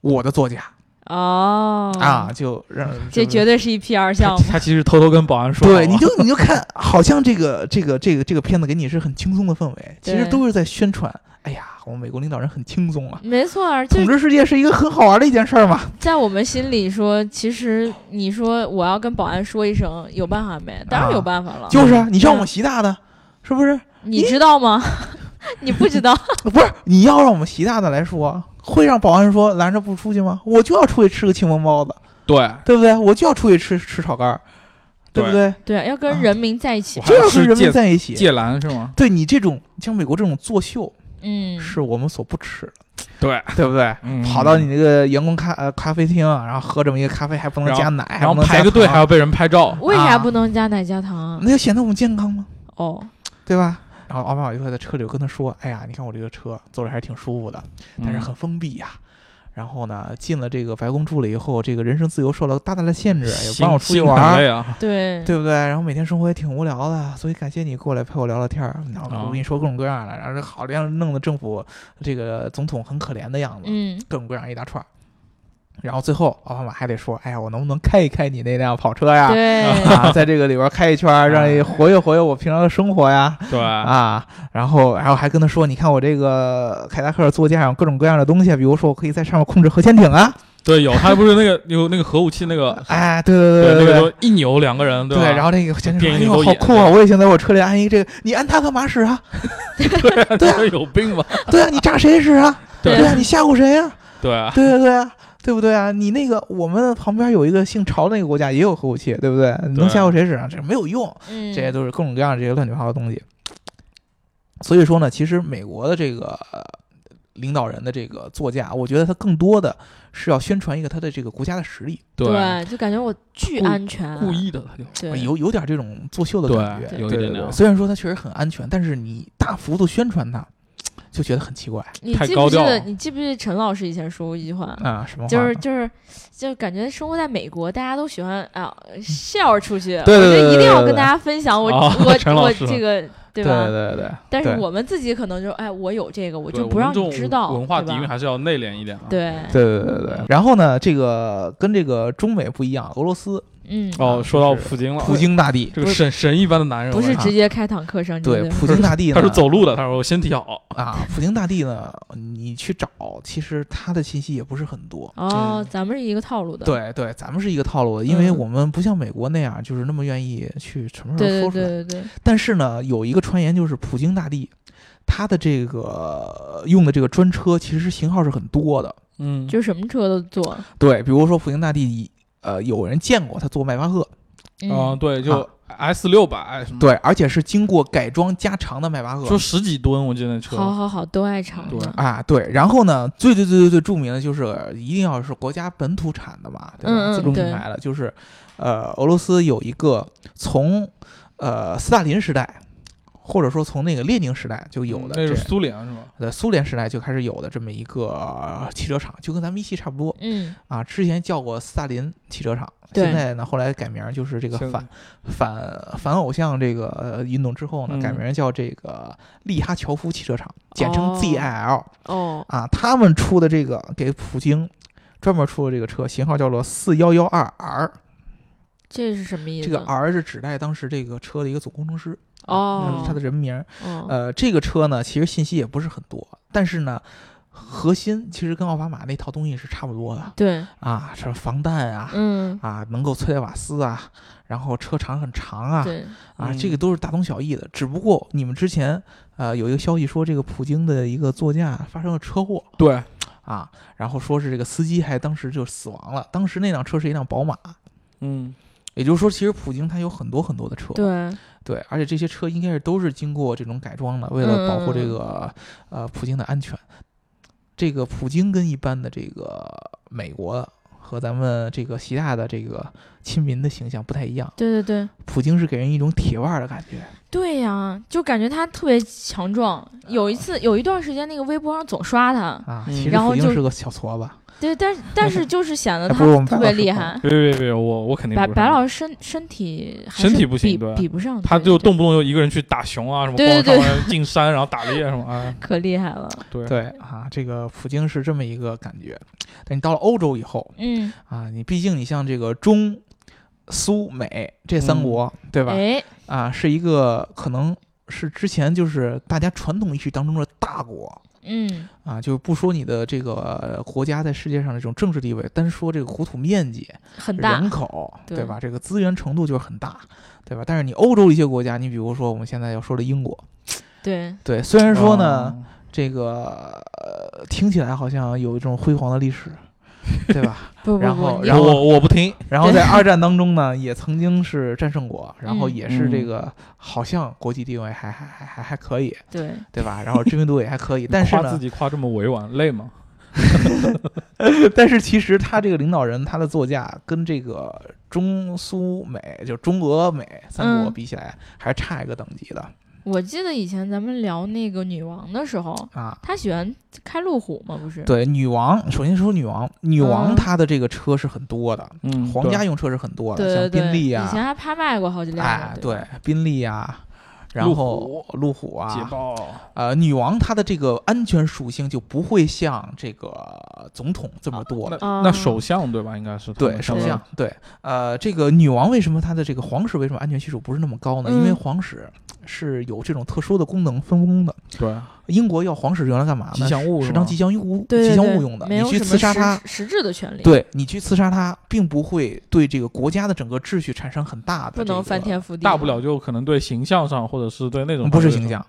Speaker 2: 我的座驾。
Speaker 1: 哦
Speaker 2: 啊，，就让
Speaker 1: 这
Speaker 2: 就
Speaker 1: 绝对是一 P R 项
Speaker 3: 他
Speaker 1: 目。
Speaker 3: 嗯他其实偷偷跟保安说好了，
Speaker 2: 对， <laughs> 你就你就看，好像这个这个这个这个片子给你是很轻松的氛围，其实
Speaker 1: 对
Speaker 2: 都是在宣传。哎呀，我们美国领导人很轻松啊，
Speaker 1: 没错儿，就
Speaker 2: 统
Speaker 1: 是
Speaker 2: 治世界是一个很好玩的一件事儿嘛。
Speaker 1: 在我们心里说，其实你说我要跟保安说一声，有办法没？当然有办法了。
Speaker 2: 就是啊，你让我们习大的，是不是？
Speaker 1: 你知道吗？ <laughs> 你不
Speaker 2: <laughs>
Speaker 1: 知道，
Speaker 2: 不是，你要让我们习大的来说，会让保安说拦着不出去吗？我就要出去吃个清风包子，
Speaker 3: 对，
Speaker 2: 对不对？我就要出去吃吃炒肝儿，对不对？
Speaker 1: 对，要跟
Speaker 2: 啊
Speaker 1: 人民在一起
Speaker 3: 我。
Speaker 2: 就要
Speaker 3: 还
Speaker 2: 跟
Speaker 3: 是
Speaker 2: 人民
Speaker 3: 借
Speaker 2: 在一起。
Speaker 3: 芥蓝是吗？
Speaker 2: 对你这种像美国这种作秀，
Speaker 1: 嗯，
Speaker 2: 是我们所不耻的，
Speaker 3: 对，
Speaker 2: 对不对？
Speaker 3: 嗯
Speaker 2: 跑到你那个员工咖呃咖啡厅，然后喝这么一个咖啡，还不能加奶，还不
Speaker 3: 然后
Speaker 2: 能
Speaker 3: 排个队，还
Speaker 2: 要
Speaker 3: 要被人拍照，
Speaker 1: 为啥
Speaker 2: 啊
Speaker 1: 不能加奶加糖啊？
Speaker 2: 那就显得我们健康吗？
Speaker 1: 哦，
Speaker 2: 对吧？然后奥巴马就在车里跟他说：“哎呀，你看我这个车坐着还是挺舒服的，但是
Speaker 3: 嗯
Speaker 2: 很封闭呀、然后呢，进了这个白宫住了以后，这个人身自由受到大大的限制，也不
Speaker 3: 心
Speaker 2: 让我出去
Speaker 3: 心
Speaker 2: 玩
Speaker 3: 很
Speaker 2: 儿，
Speaker 3: 累啊，
Speaker 1: 对，
Speaker 2: 对不对？然后每天生活也挺无聊的，所以感谢你过来陪我聊聊天儿。然后我
Speaker 3: 啊
Speaker 2: 跟你说各种各样的，然后这好像弄得政府这个总统很可怜的样子。
Speaker 1: 嗯，
Speaker 2: 各种各样一大串儿。然后最后奥巴马还得说：“哎呀，我能不能开一开你那辆跑车呀？ <laughs>
Speaker 1: 对，
Speaker 2: 啊，在这个里边开一圈儿，让你活跃活跃我平常的生活呀 <laughs>
Speaker 3: 对，
Speaker 2: 啊。”然后，然后还跟他说：“你看我这个凯迪拉克的座驾上有各种各样的东西，比如说我可以在上面控制核潜艇啊。
Speaker 3: 对，有他不是那个有那个核武器那个，
Speaker 2: 哎，对对
Speaker 3: <laughs> 对，那
Speaker 2: 对
Speaker 3: 个
Speaker 2: 对。”
Speaker 3: 说一扭两个人，
Speaker 2: 对，
Speaker 3: 吧？
Speaker 2: 然后那个潜艇说：“
Speaker 3: 电
Speaker 2: 哎
Speaker 3: 影里
Speaker 2: 呦，
Speaker 3: 都
Speaker 2: 好
Speaker 3: 演
Speaker 2: 酷啊！我也想在我车里安一这个，你安它干嘛使
Speaker 3: <laughs>
Speaker 2: 啊？
Speaker 3: <laughs> 对，
Speaker 2: 对
Speaker 3: 这有
Speaker 2: <laughs>
Speaker 3: 病吧？
Speaker 2: 对啊，你炸谁使啊？
Speaker 3: <laughs> 对
Speaker 2: 对啊，你吓唬谁呀、
Speaker 3: 对，
Speaker 2: 对对对啊，对不对啊？你那个我们旁边有一个姓朝的那个国家也有核武器，对不对？你能吓唬谁使啊？这没有用，
Speaker 1: 嗯，
Speaker 2: 这些都是各种各样的这些乱七八糟的东西。所以说呢，其实美国的这个呃领导人的这个座驾，我觉得他更多的是要宣传一个他的这个国家的实力，
Speaker 1: 对，就感觉我巨
Speaker 3: 故
Speaker 1: 安全，
Speaker 3: 啊故意的，他就
Speaker 1: 对，
Speaker 2: 有有点这种作秀的感觉。
Speaker 3: 对
Speaker 2: 对
Speaker 3: 有一
Speaker 2: 对
Speaker 3: 点
Speaker 2: 对
Speaker 3: 点
Speaker 2: 虽然说它确实很安全，但是你大幅度宣传它，就觉得很奇怪
Speaker 1: 你
Speaker 3: 太
Speaker 1: 记
Speaker 3: 高
Speaker 1: 不记
Speaker 3: 调
Speaker 1: 得
Speaker 3: 了哎
Speaker 1: 你记不记得陈老师以前说过一句话？
Speaker 2: 啊，什么话
Speaker 1: 就是
Speaker 2: 呢
Speaker 1: 就是，就感觉生活在美国，大家都喜欢啊 share 出去，
Speaker 2: 对对对
Speaker 1: 我觉得一定要
Speaker 2: 对对
Speaker 1: 跟
Speaker 2: 对
Speaker 1: 大家分享我
Speaker 3: 哦 <laughs> 陈
Speaker 1: 我
Speaker 3: 老
Speaker 1: 我
Speaker 3: 师
Speaker 1: 这个对
Speaker 2: 对
Speaker 1: 吧？
Speaker 2: 对对，
Speaker 1: 但是
Speaker 2: 对
Speaker 1: 我们自己可能就哎，我有这个，我
Speaker 3: 对
Speaker 1: 就
Speaker 3: 我
Speaker 1: 不
Speaker 3: 们
Speaker 1: 让
Speaker 3: 这
Speaker 1: 你
Speaker 3: 种
Speaker 1: 知道
Speaker 3: 文化
Speaker 1: 对
Speaker 3: 底蕴
Speaker 1: 吧
Speaker 3: 还是要内敛一点啊。，
Speaker 1: 对，
Speaker 2: 对对对对对
Speaker 1: 嗯。
Speaker 2: 然后呢，这个跟这个中美不一样，俄罗斯
Speaker 1: 嗯，
Speaker 3: 哦，说到
Speaker 2: 啊就是
Speaker 3: 普京了，
Speaker 2: 普京大帝，
Speaker 3: 这个神神一般的男人，
Speaker 1: 不
Speaker 3: 我
Speaker 1: 是
Speaker 3: 看
Speaker 1: 直接开坦克上去，
Speaker 2: 对
Speaker 1: 对吧，
Speaker 2: 普京大帝呢，
Speaker 3: 他是走路的，他说我身体好，
Speaker 1: <laughs>
Speaker 2: 啊，普京大帝呢，你去找，其实他的信息也不是很多。
Speaker 1: 哦
Speaker 3: 嗯，
Speaker 1: 咱们是一个套路的，
Speaker 2: 对对，咱们是一个套路，因为
Speaker 1: 嗯
Speaker 2: 我们不像美国那样，就是那么愿意去什么时候
Speaker 1: 对对
Speaker 2: 说出来。
Speaker 1: 对对对，
Speaker 3: 嗯
Speaker 2: 但是呢，有一个传言就是普京大帝，他的这个用的这个专车其实型号是很多的。
Speaker 3: 嗯，
Speaker 1: 就什么车都坐，
Speaker 2: 对，比如说普京大帝，呃，有人见过他坐迈巴赫，
Speaker 3: 啊，
Speaker 1: 嗯，
Speaker 3: 对，就
Speaker 2: 啊
Speaker 3: S 六百什么，，
Speaker 2: 对，而且是经过改装加长的迈巴赫，
Speaker 3: 说十几吨，我记得那车，
Speaker 1: 好好好，都爱尝
Speaker 3: 对
Speaker 1: 嘛，
Speaker 3: 哎
Speaker 2: 啊，对，然后呢，最最最最最著名的就是一定要是国家本土产的嘛，对吧？
Speaker 1: 嗯嗯
Speaker 2: 自主品
Speaker 1: 对
Speaker 2: 牌的，就是呃，俄罗斯有一个从呃斯大林时代，或者说从那个列宁时代就有的
Speaker 3: 嗯那
Speaker 2: 这
Speaker 3: 是，苏联是吧？
Speaker 2: 呃，苏联时代就开始有的这么一个、呃汽车厂，就跟咱们一汽差不多
Speaker 1: 嗯，
Speaker 2: 啊。之前叫过斯大林汽车厂，
Speaker 1: 对
Speaker 2: 现在呢后来改名儿就是这个
Speaker 3: 现在
Speaker 2: 反反反偶像这个呃运动之后呢，改
Speaker 3: 嗯
Speaker 2: 名儿叫这个利哈乔夫汽车厂，简称
Speaker 1: 哦
Speaker 2: ZIL。
Speaker 1: 哦，
Speaker 2: 啊，他们出的这个给普京专门出的这个车，型号叫做四幺幺二 R，
Speaker 1: 这是什么意思？
Speaker 2: 这个 R 是指代当时这个车的一个总工程师，啊
Speaker 1: 哦，
Speaker 2: 嗯他的人名儿。
Speaker 1: 哦，
Speaker 2: 呃，这个车呢，其实信息也不是很多，但是呢。核心其实跟奥巴马那套东西是差不多的
Speaker 1: 对，
Speaker 2: 啊，什么防弹啊，
Speaker 1: 嗯，
Speaker 2: 啊能够催泪瓦斯啊，然后车长很长啊，
Speaker 1: 对，
Speaker 2: 啊，
Speaker 3: 嗯
Speaker 2: 这个都是大同小异的。只不过你们之前呃有一个消息说，这个普京的一个座驾发生了车祸，
Speaker 3: 对，
Speaker 2: 啊，然后说是这个司机还当时就死亡了。当时那辆车是一辆宝马，
Speaker 3: 嗯，
Speaker 2: 也就是说，其实普京他有很多很多的车，
Speaker 1: 对，
Speaker 2: 对而且这些车应该是都是经过这种改装的，为了保护
Speaker 1: 嗯
Speaker 2: 这
Speaker 1: 嗯嗯
Speaker 2: 个呃普京的安全。这个普京跟一般的这个美国和咱们这个习大的这个亲民的形象不太一样，
Speaker 1: 对对对，
Speaker 2: 普京是给人一种铁腕儿的感觉，
Speaker 1: 对呀，就感觉他特别强壮。有一次，有一段时间，那个微博上总刷他，
Speaker 2: 啊，
Speaker 3: 嗯
Speaker 2: 其实
Speaker 1: 然后
Speaker 2: 普京
Speaker 1: 就是
Speaker 2: 个小矬子，
Speaker 1: 对，但是但是就是显得他
Speaker 2: 还哎不如我们白
Speaker 1: 特别
Speaker 2: 老师
Speaker 1: 厉
Speaker 2: 高
Speaker 1: 害。
Speaker 3: 别别别别，我我肯定
Speaker 1: 白
Speaker 3: 不是
Speaker 1: 白老师身身体还
Speaker 3: 身
Speaker 1: 是
Speaker 3: 体不行
Speaker 1: 比
Speaker 3: 对
Speaker 1: 比不上，
Speaker 3: 他
Speaker 1: 对
Speaker 3: 就
Speaker 1: 对
Speaker 3: 动不动就一个人去打熊啊，什么
Speaker 1: 对
Speaker 3: 逛
Speaker 1: 对对
Speaker 3: 上进山，然后打猎什么，哎，
Speaker 1: 可厉害了。
Speaker 3: 对，
Speaker 2: 对啊，这个普京是这么一个感觉。但你到了欧洲以后
Speaker 1: 嗯，
Speaker 2: 啊，你毕竟你像这个中、苏、美这三
Speaker 3: 嗯
Speaker 2: 国，对吧？
Speaker 1: 哎，
Speaker 2: 啊，是一个可能是之前就是大家传统意识当中的大国
Speaker 1: 嗯，
Speaker 2: 啊，就不说你的这个呃国家在世界上的这种政治地位，单说这个国土面积、
Speaker 1: 很大
Speaker 2: 人，口，对
Speaker 1: 对
Speaker 2: 吧？这个资源程度就是很大，对吧？但是你欧洲一些国家，你比如说我们现在要说的英国，
Speaker 1: 对，
Speaker 2: 对，虽然说呢，
Speaker 3: 嗯，
Speaker 2: 这个、呃、听起来好像有一种辉煌的历史，对吧？
Speaker 1: 不不
Speaker 2: 然
Speaker 1: 不
Speaker 2: 后，
Speaker 1: 你
Speaker 2: 然后
Speaker 3: 我我不听，
Speaker 2: 然后在二战当中呢，也曾经是战胜国，然后也是这
Speaker 3: 嗯
Speaker 2: 个好像国际地位还还还还还可以，
Speaker 1: 对，
Speaker 2: 对吧？然后知名度也还可以， <laughs> 但是
Speaker 3: 夸自
Speaker 2: 呢，
Speaker 3: 己夸这么委婉，累吗？
Speaker 2: 但是其实他这个领导人他的座驾跟这个中苏美就中俄美三国
Speaker 1: 嗯
Speaker 2: 比起来，还差一个等级的
Speaker 1: 我记得以前咱们聊那个女王的时候，
Speaker 2: 啊。
Speaker 1: 她喜欢开路虎嘛，不是？
Speaker 2: 对，女王，首先说女王，女王
Speaker 1: 嗯
Speaker 2: 她的这个车是很多的，
Speaker 3: 嗯，
Speaker 2: 皇家
Speaker 3: 对
Speaker 2: 用车是很多的，
Speaker 1: 对对
Speaker 2: 像
Speaker 1: 对
Speaker 2: 宾利
Speaker 1: 以前
Speaker 2: 啊，
Speaker 1: 还拍卖过好几辆呢。
Speaker 2: 哎，
Speaker 1: 对吧，，
Speaker 2: 宾利啊，然
Speaker 3: 路
Speaker 2: 后路虎
Speaker 3: 捷
Speaker 2: 啊，
Speaker 3: 豹，
Speaker 2: 呃，女王她的这个安全属性就不会像这个总统这么多
Speaker 3: 那
Speaker 2: 了。
Speaker 1: 啊
Speaker 3: 那首相对吧？应该是他们
Speaker 2: 对，首
Speaker 1: 对
Speaker 2: 相对，呃，这个女王为什么她的这个皇室为什么安全系数不是那么高呢？因为
Speaker 1: 嗯
Speaker 2: 皇室是有这种特殊的功能分工的。
Speaker 1: 嗯
Speaker 3: 对
Speaker 2: 英国要皇室用来干嘛呢？
Speaker 3: 吉祥物
Speaker 2: 是
Speaker 3: 是
Speaker 2: 当
Speaker 3: 吗
Speaker 2: 吉祥物、
Speaker 1: 对对
Speaker 2: 吉祥
Speaker 1: 对
Speaker 2: 物用的。
Speaker 1: 没
Speaker 2: 你
Speaker 1: 有
Speaker 2: 去
Speaker 1: 什么
Speaker 2: 刺杀
Speaker 1: 实
Speaker 2: 他，
Speaker 1: 实质的权利，，
Speaker 2: 对你去刺杀他，并不会对这个国家的整个秩序产生很大的
Speaker 1: 不
Speaker 2: 这
Speaker 1: 能
Speaker 2: 个
Speaker 1: 翻天覆地，
Speaker 3: 大不了就可能对形象上，或者是对那种
Speaker 2: 不是形象，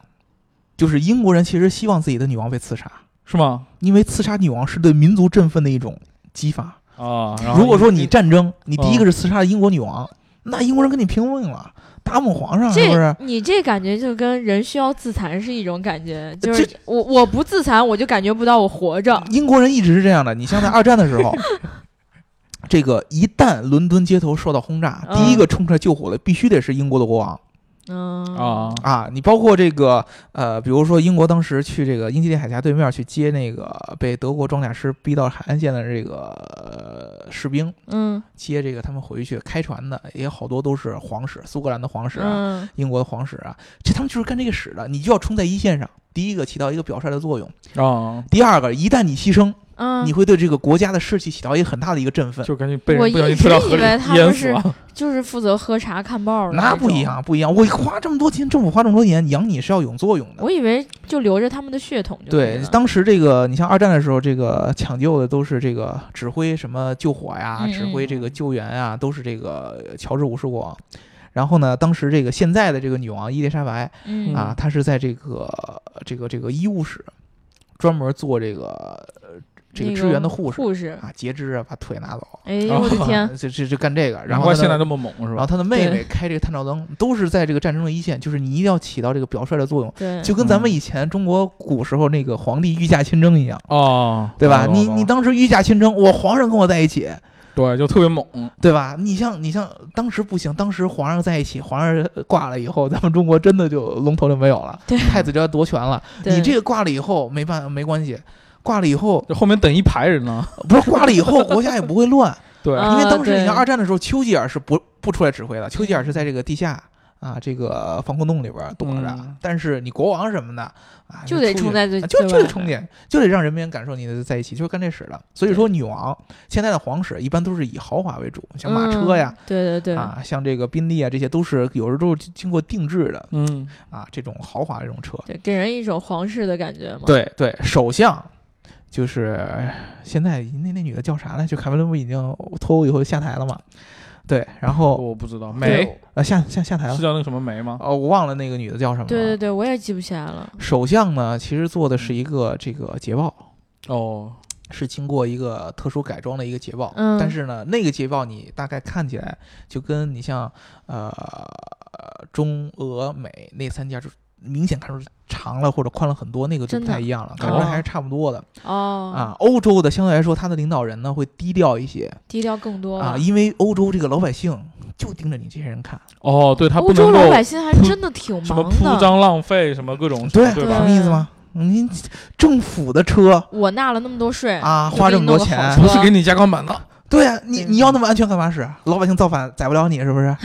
Speaker 2: 就是英国人其实希望自己的女王被刺杀，
Speaker 3: 是吗？
Speaker 2: 因为刺杀女王是对民族振奋的一种激发。
Speaker 3: 啊，
Speaker 1: 哦
Speaker 3: 然后
Speaker 2: 如果说你战争，你第一
Speaker 3: 嗯
Speaker 2: 个是刺杀英国女王，那英国人跟你拼命了，打抹皇上是不
Speaker 1: 这啊
Speaker 2: 是？
Speaker 1: 你这感觉就跟人需要自残是一种感觉，就是
Speaker 2: 这
Speaker 1: 我我不自残，我就感觉不到我活着。
Speaker 2: 英国人一直是这样的。你像在二战的时
Speaker 1: <laughs>
Speaker 2: 候，这个一旦伦敦街头受到轰炸，
Speaker 1: 嗯
Speaker 2: 第一个冲出来救火的必须得是英国的国王
Speaker 1: 嗯
Speaker 3: 啊，
Speaker 2: 啊！你包括这个呃，比如说英国当时去这个英吉利海峡对面去接那个被德国装甲师逼到海岸线的这个、呃士兵，
Speaker 1: 嗯
Speaker 2: 接这个他们回去开船的，也有好多都是皇室，苏格兰的皇室啊，
Speaker 1: 嗯
Speaker 2: 英国的皇室啊，这他们就是干这个使的。你就要冲在一线上，第一个起到一个表率的作用，
Speaker 3: 啊，
Speaker 2: 第二个，一旦你牺牲，
Speaker 1: 嗯，
Speaker 2: 你会对这个国家的士气起到一个很大的一个振奋。
Speaker 3: 就赶紧被
Speaker 1: 我
Speaker 3: 人不小
Speaker 1: 一直
Speaker 3: 心推到河
Speaker 1: 以为他们
Speaker 3: 里淹死
Speaker 1: 是
Speaker 2: <laughs>
Speaker 3: 了。
Speaker 1: 就是负责喝茶看报的，
Speaker 2: 那不一。样，不一样。我花这么多钱，政府花这么多钱养你是要有作用的。
Speaker 1: 我以为就留着他们的血统就可以
Speaker 2: 对
Speaker 1: 了。，
Speaker 2: 当时这个你像二战的时候，这个抢救的都是这个指挥什么救火呀，
Speaker 1: 嗯
Speaker 2: 指挥这个救援啊，都是这个呃乔治五世国王。然后呢，当时这个现在的这个女王伊丽莎白
Speaker 1: 嗯
Speaker 2: 啊，她是在这个这个这个医务室专门做这个呃这个
Speaker 1: 那
Speaker 2: 支援的护士
Speaker 1: 护士，
Speaker 2: 啊，截肢啊，把腿拿走，
Speaker 1: 哎呦我的天，
Speaker 2: <laughs> 啊这这这干这个。然
Speaker 3: 难
Speaker 2: 后
Speaker 3: 怪
Speaker 2: 她
Speaker 3: 现在
Speaker 2: 的
Speaker 3: 这么猛是
Speaker 2: 然
Speaker 3: 吧
Speaker 2: 后？他的妹
Speaker 1: 对
Speaker 2: 妹开这个探照灯，都是在这个战争的一线，就是你一定要起到这个表率的作用。
Speaker 1: 对，
Speaker 2: 就跟咱们
Speaker 3: 嗯
Speaker 2: 以前中国古时候那个皇帝御驾亲征一样，
Speaker 3: 哦，
Speaker 2: 对吧？
Speaker 3: 懂了
Speaker 2: 你
Speaker 3: 懂
Speaker 2: 你
Speaker 3: 了
Speaker 2: 当时御驾亲征，我皇上跟我在一起，
Speaker 3: 对就特别猛，
Speaker 2: 对吧？你像你像当时不行，当时皇上在一起，皇上呃挂了以后，咱们中国真的就龙头就没有了，
Speaker 1: 对
Speaker 2: 太子就要夺权了。
Speaker 1: 对
Speaker 2: 你这个挂了以后没办没关系，挂了以后
Speaker 3: 嗯就后面等一排人呢。
Speaker 1: 嗯
Speaker 2: 不是挂了以后国家也不会乱，
Speaker 1: <laughs>
Speaker 3: 对，
Speaker 1: 啊
Speaker 2: 因为当时你
Speaker 1: 对嗯
Speaker 2: 像二战的时候，丘吉尔是不不出来指挥的，丘吉尔是在这个地下。啊，这个防空洞里边躲着，
Speaker 3: 嗯
Speaker 2: 但是你国王什么的啊，
Speaker 1: 就得
Speaker 2: 出去
Speaker 1: 冲在最
Speaker 2: 啊就就
Speaker 1: 最
Speaker 2: 得
Speaker 1: 外
Speaker 2: 充
Speaker 1: 面
Speaker 2: 电，就得让人民感受你的在一起，就是干这事了。所以说，女王现在的皇室一般都是以豪华为主，像马车呀
Speaker 1: 嗯、，对对对，
Speaker 2: 啊，像这个宾利啊，这些都是有时候都是经过定制的
Speaker 3: 嗯，
Speaker 2: 啊，这种豪华这种车。
Speaker 1: 对，给人一种皇室的感觉嘛。
Speaker 2: 对对，首相就是现在那那女的叫啥来？就凯文伦布已经脱欧以后下台了嘛？对，然后
Speaker 3: 我不知道
Speaker 1: 对
Speaker 3: 梅
Speaker 2: 呃下下下台了
Speaker 3: 是，叫那个什么梅吗？
Speaker 2: 哦，我忘了那个女的叫什么了。
Speaker 1: 对对对，我也记不起来了。
Speaker 2: 首相呢，其实做的是一个这个捷豹。
Speaker 3: 哦，
Speaker 2: 是经过一个特殊改装的一个捷豹，
Speaker 1: 嗯
Speaker 2: 但是呢，那个捷豹你大概看起来就跟你像呃中俄美那三家就明显看出长了或者宽了很多，那个就
Speaker 1: 真
Speaker 2: 不
Speaker 1: 的
Speaker 2: 太一样了，感觉
Speaker 1: 哦
Speaker 2: 还是差不多的、
Speaker 1: 哦，
Speaker 2: 啊。欧洲的相对来说，它的领导人呢会低调一些
Speaker 1: 低调更多
Speaker 2: 啊，
Speaker 1: 了。
Speaker 2: 因为欧洲这个老百姓就盯着你这些人看，
Speaker 3: 哦，对他
Speaker 1: 欧
Speaker 3: 不
Speaker 1: 洲
Speaker 3: 能够
Speaker 1: 老百姓还
Speaker 3: 铺
Speaker 1: 真的挺
Speaker 3: 什么
Speaker 1: 忙
Speaker 3: 铺
Speaker 1: 的，
Speaker 3: 张浪费，什么各种
Speaker 2: 对
Speaker 3: 嗯对
Speaker 2: 什
Speaker 3: 吧？
Speaker 2: 么意思吗？您政府的车
Speaker 1: 我纳了那么多税
Speaker 2: 啊，
Speaker 1: 哎就
Speaker 2: 花
Speaker 1: 给
Speaker 2: 这
Speaker 1: 你
Speaker 2: 么
Speaker 1: 弄
Speaker 2: 多
Speaker 1: 个好
Speaker 2: 钱
Speaker 1: 车，
Speaker 3: 不是给你加钢板的，
Speaker 2: 对呀、你
Speaker 1: 嗯
Speaker 2: 你要那么安全干嘛使？老百姓造反宰不了你是不是？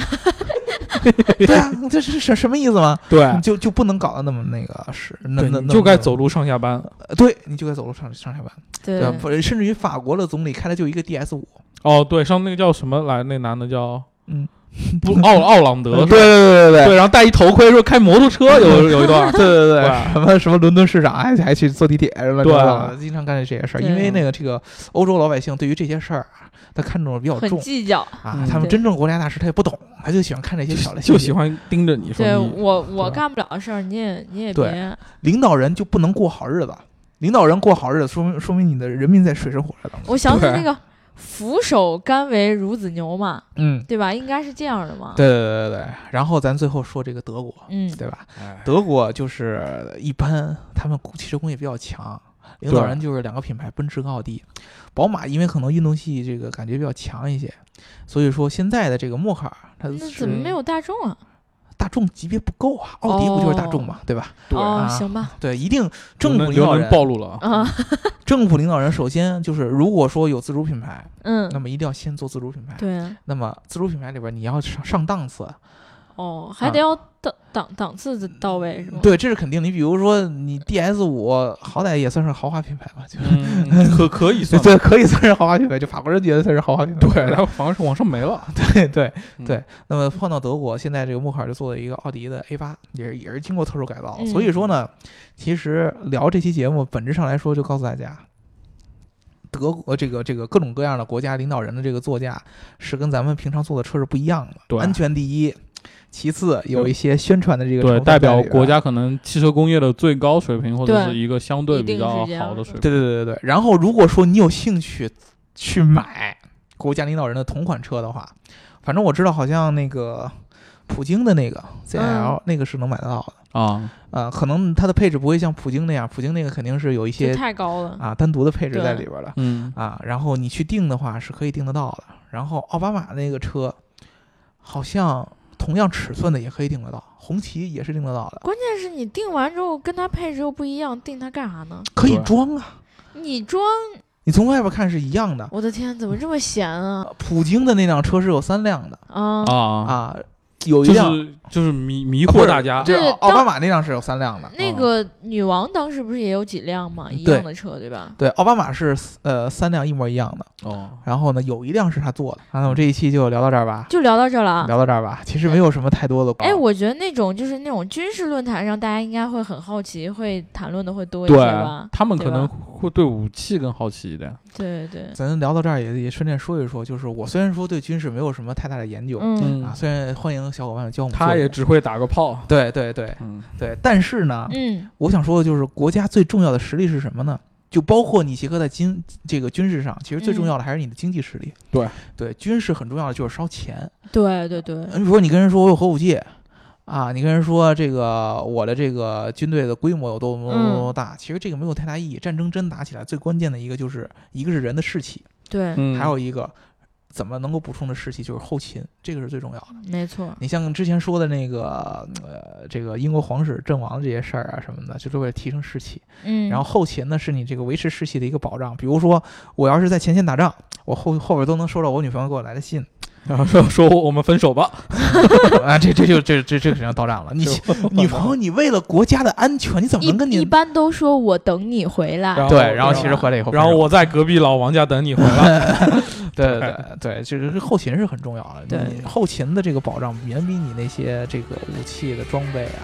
Speaker 2: <laughs> 对啊，这是什什么意思吗？
Speaker 3: 对
Speaker 2: 你就就不能搞得那么那个是，那
Speaker 3: 哎对，
Speaker 2: 那
Speaker 3: 你
Speaker 2: 那
Speaker 3: 就该
Speaker 2: 么
Speaker 3: 走路上下班。
Speaker 2: 呃对，你就该走路上上下班，
Speaker 1: 对
Speaker 2: 对吧？不甚至于法国的总理开的就一个 DS 五，
Speaker 3: 哦，对，上那个叫什么来？那男的叫
Speaker 2: 嗯，
Speaker 3: 不奥奥朗
Speaker 2: 对
Speaker 3: 德，
Speaker 2: 对对对，
Speaker 3: 对，然后戴一头盔，说开摩托车有有一段
Speaker 2: <laughs> 对对对
Speaker 3: 对
Speaker 2: 什么什么伦敦市长还还去坐地铁什么
Speaker 3: 对
Speaker 2: 的，经常干这些事儿，
Speaker 1: 对
Speaker 2: 因为那个这个欧洲老百姓对于这些事儿啊他看重的比较
Speaker 1: 很
Speaker 2: 重
Speaker 1: 计较。
Speaker 2: 啊
Speaker 3: 嗯，
Speaker 2: 他们
Speaker 1: 对
Speaker 2: 真正国家大事他也不懂，他就喜欢看这些小的
Speaker 3: 就
Speaker 2: 细
Speaker 3: 喜
Speaker 2: 节，
Speaker 3: 欢盯着你说
Speaker 1: 对
Speaker 3: 你。
Speaker 1: 我我
Speaker 3: 对
Speaker 1: 干不了的事儿，你也你也
Speaker 2: 对
Speaker 1: 别
Speaker 2: 领导人就不能过好日子。领导人过好日子，说明说明你的人民在水深火热当中。
Speaker 1: 我想起
Speaker 3: 对
Speaker 1: 那个“俯首甘为孺子牛”嘛，
Speaker 2: 嗯，
Speaker 1: 对吧？应该是这样的嘛。
Speaker 2: 对对对对对。然后咱最后说这个德国，
Speaker 1: 嗯，
Speaker 2: 对吧？
Speaker 3: 哎
Speaker 2: 德国就是一般他们汽车工业比较强，领导人就是两个品牌，奔驰跟奥迪。宝马因为可能运动系这个感觉比较强一些，所以说现在的这个默克尔它
Speaker 1: 那
Speaker 2: 是
Speaker 1: 怎么没有大众啊？
Speaker 2: 大众级别不够啊，奥迪不就是大众嘛，对吧？
Speaker 3: 对
Speaker 1: 哦
Speaker 2: 啊，
Speaker 1: 行
Speaker 2: <laughs>
Speaker 1: 吧，
Speaker 2: 对，一定政
Speaker 3: 刘
Speaker 2: 府领
Speaker 3: 能刘
Speaker 2: 导
Speaker 3: 能
Speaker 2: 人，
Speaker 3: 暴露了啊！
Speaker 1: 啊，
Speaker 2: 政府领导人首先就是如果说有自主品牌，
Speaker 1: 嗯
Speaker 2: 那，么一定要先做自主品牌。
Speaker 1: 对，啊
Speaker 2: 那么自主品牌里边你要上上档次，
Speaker 1: 哦，还得要档档档次到位是吗？，
Speaker 2: 啊对，这是肯定。你比如说你 DS 五，好歹也算是豪华品牌吧，就是。
Speaker 3: 嗯，可可以
Speaker 2: <laughs> 对
Speaker 3: 算了，
Speaker 2: 对，可以算是豪华品牌，就法国人觉得它是豪华品牌。 <laughs>
Speaker 3: 对，然后 <laughs> 反而是往上没了。
Speaker 2: 对对
Speaker 3: 嗯
Speaker 2: 对。那么换到德国，现在这个默克尔就做了一个奥迪的 A 八，也是也是经过特殊改造。
Speaker 1: 嗯
Speaker 2: 所以说呢，其实聊这期节目，本质上来说，就告诉大家，德国这个这个各种各样的国家领导人的这个座驾是跟咱们平常坐的车是不一样的。
Speaker 3: 对
Speaker 2: 安全第一，其次有一些宣传的这个成
Speaker 3: 对，
Speaker 2: 分
Speaker 3: 代
Speaker 2: 在
Speaker 3: 表
Speaker 2: 里边
Speaker 3: 国。家可能汽车工业的最高水平，或者
Speaker 1: 对
Speaker 3: 是一个相对
Speaker 1: 一定
Speaker 3: 比较
Speaker 1: 是这样
Speaker 3: 好的
Speaker 1: 的
Speaker 3: 水平。
Speaker 2: 对对对对对。然后如果说你有兴趣去买国家领导人的同款车的话，反正我知道好像那个普京的那个 ZL、那个是能买得到的。
Speaker 3: 啊，
Speaker 2: 呃，可能它的配置不会像普京那样，普京那个肯定是有一
Speaker 1: 这
Speaker 2: 些
Speaker 1: 太高了。
Speaker 2: 啊单独的配置
Speaker 1: 对
Speaker 2: 在里边的
Speaker 3: 嗯，
Speaker 2: 啊。然后你去订的话是可以订得到的。然后奥巴马那个车好像同样尺寸的也可以订得到，红旗也是订得到的，
Speaker 1: 关键是你定完之后跟它配置又不一样，定它干啥呢？
Speaker 2: 可以
Speaker 3: 对
Speaker 2: 装啊。
Speaker 1: 你装，
Speaker 2: 你从外边看是一样的。
Speaker 1: 我的天，怎么这么闲啊？
Speaker 2: 呃普京的那辆车是有三辆的，
Speaker 1: 啊，
Speaker 3: 啊，
Speaker 2: 啊，有一
Speaker 3: 就
Speaker 2: 辆
Speaker 3: 是就是迷迷
Speaker 2: 啊不
Speaker 3: 惑
Speaker 2: 是
Speaker 3: 大家。
Speaker 2: 就是
Speaker 1: 对
Speaker 2: 奥奥
Speaker 1: 当
Speaker 2: 巴马那辆是有三辆的。
Speaker 1: 那
Speaker 3: 啊
Speaker 1: 个女王当时不是也有几辆嘛，一
Speaker 2: 嗯对
Speaker 1: 样的车对吧？
Speaker 2: 对，奥巴马是呃三辆一模一样的，
Speaker 3: 哦，
Speaker 2: 然后呢有一辆是他做的。啊那我们这一期就聊到这儿吧，
Speaker 1: 就聊到这儿了啊。
Speaker 2: 聊到这哦儿吧。其实没有什么太多的，
Speaker 1: 哎，我觉得那种就是那种军事论坛上，大家应该会很好奇，会谈论的会多一些
Speaker 3: 对
Speaker 1: 吧，？
Speaker 3: 他们可
Speaker 1: 对吧
Speaker 3: 能会对武器更好奇一点。
Speaker 1: 对对，
Speaker 2: 咱聊到这儿也也顺便说一说，就是我虽然说对军事没有什么太大的研究、
Speaker 1: 嗯
Speaker 2: 啊，虽然欢迎小伙伴们教我们做，
Speaker 3: 他也只会打个炮。
Speaker 2: 对对对
Speaker 3: 嗯，
Speaker 2: 对，但是呢，
Speaker 1: 嗯，
Speaker 2: 我想说的就是国家最重要的实力是什么呢？就包括你结合在经这个军事上，其实最
Speaker 1: 嗯
Speaker 2: 重要的还是你的经济实力。
Speaker 3: 对
Speaker 2: 对，军事很重要的就是烧钱。
Speaker 1: 对对对，
Speaker 2: 呃你比如说你跟人说我有核武器，啊，你跟人说这个我的这个军队的规模有多么多么多么大，其实这个没有太大意义。战争真打起来，最关键的一个就是一个是人的士气，
Speaker 1: 对，
Speaker 3: 嗯，
Speaker 2: 还有一个怎么能够补充的士气就是后勤，这个是最重要的。
Speaker 1: 没错，
Speaker 2: 你像之前说的那个呃，这个英国皇室阵亡这些事儿啊什么的，就是为了提升士气。
Speaker 1: 嗯，
Speaker 2: 然后后勤呢，是你这个维持士气的一个保障。比如说，我要是在前线打仗，我后后边都能收到我女朋友给我来的信，
Speaker 3: 然后说说我们分手吧。
Speaker 2: <laughs> 啊，这这就这这这肯定到站了。你女朋友，你为了国家的安全，你怎么能跟
Speaker 1: 一一
Speaker 2: 你
Speaker 1: 般都说我等你回来，
Speaker 3: 然
Speaker 2: 对？然后
Speaker 1: 对
Speaker 2: 其实回来以后分
Speaker 3: 然
Speaker 2: 手，
Speaker 3: 后我在隔壁老王家等你回来。
Speaker 2: 对对对对，就是后勤是很重要的。
Speaker 1: 对
Speaker 2: 你后勤的这个保障远比你那些这个武器的装备啊，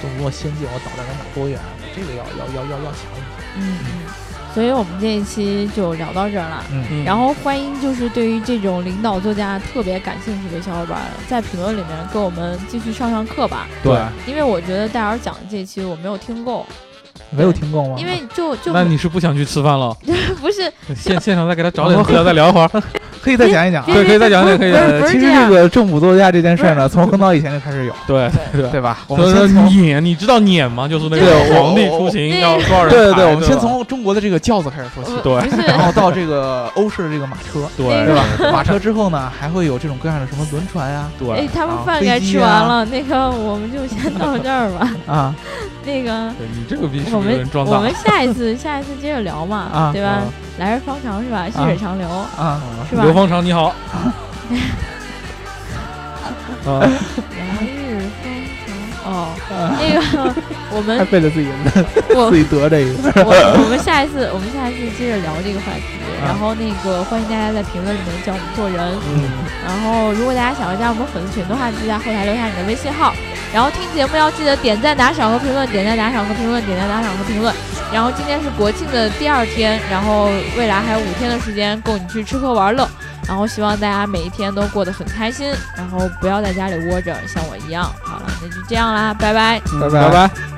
Speaker 2: 动不动先进，我导弹能打多远，啊这个要要要要要强一些。
Speaker 1: 嗯嗯，所以我们这一期就聊到这儿了。
Speaker 2: <laughs> 嗯，
Speaker 1: 然后欢迎就是对于这种领导座驾特别感兴趣的小伙伴儿，在评论里面给我们继续上上课吧，
Speaker 3: 对，
Speaker 1: 因为我觉得戴尔讲的这期我没有听够，
Speaker 2: 没有听够吗？
Speaker 1: 因为就就
Speaker 3: 那你是不想去吃
Speaker 1: <laughs>
Speaker 3: 饭了？
Speaker 1: 不是
Speaker 3: 现现场再给他找点资料，再聊一
Speaker 2: <laughs>
Speaker 3: 会儿。
Speaker 2: 可以再讲一讲啊。
Speaker 3: 对，可以再讲讲，可以
Speaker 1: 不是
Speaker 3: 再。
Speaker 2: 呃，其实
Speaker 1: 这样
Speaker 2: 这个政府座驾这件事儿呢，从很早以前就开始有，
Speaker 3: 对
Speaker 2: <laughs>
Speaker 3: 对。
Speaker 2: 对吧？我
Speaker 3: 所
Speaker 2: 们
Speaker 3: 以
Speaker 2: 先从
Speaker 3: 说撵，你知道撵吗？就是那
Speaker 2: 对
Speaker 3: 个
Speaker 2: 我
Speaker 3: 皇帝出行
Speaker 1: 我
Speaker 3: 要多少人排？
Speaker 2: 对对啊对，我们先
Speaker 3: 吧
Speaker 2: 从中国的这个轿子开始说起。
Speaker 1: <laughs> 呃
Speaker 3: 对
Speaker 1: 不是
Speaker 2: 然后到这个欧式的这个马车，
Speaker 1: 那
Speaker 3: 对
Speaker 1: 个
Speaker 2: 对吧？马车之后呢，还会有这种各样的什么轮船呀、
Speaker 3: 对
Speaker 1: 哎，他们
Speaker 2: 啊
Speaker 1: 饭
Speaker 2: 飞
Speaker 1: 该
Speaker 2: 机
Speaker 1: 吃完
Speaker 2: 啊
Speaker 1: 了，
Speaker 3: <laughs>
Speaker 1: 那个我们就先到这儿吧。
Speaker 2: 啊，
Speaker 1: 那个
Speaker 3: 对你这个逼是
Speaker 1: 我
Speaker 3: 不是有点
Speaker 1: 们
Speaker 3: 装
Speaker 1: 我
Speaker 3: 大
Speaker 1: 们？下一次 <laughs> 下一次接着聊嘛，
Speaker 2: 啊
Speaker 1: 对吧
Speaker 3: 啊？
Speaker 1: 来日方长是吧？细水长流。
Speaker 2: 啊，
Speaker 1: 是吧
Speaker 3: 刘方长
Speaker 1: <laughs>
Speaker 3: 你好。啊，
Speaker 1: 来日方长哦，那
Speaker 3: <laughs>
Speaker 1: 个我们
Speaker 2: 还背着自己的
Speaker 1: 我
Speaker 2: 自己得这个，
Speaker 1: <laughs> 我我们下一次我们下一次接着聊这个话题，然后那个欢迎大家在评论里面教我们做人。
Speaker 2: <laughs> 嗯，
Speaker 1: 然后如果大家想要加我们粉丝群的话，记得在后台留下你的微信号。然后听节目要记得点赞、打赏和评论，点赞、打赏和评论，点赞、打赏和评论。然后今天是国庆的第二天，然后未来还有五天的时间够你去吃喝玩乐。然后希望大家每一天都过得很开啊心，然后不要在家里窝着，像我一样。好了，那就这样啦，拜拜。
Speaker 2: 拜
Speaker 3: 拜拜。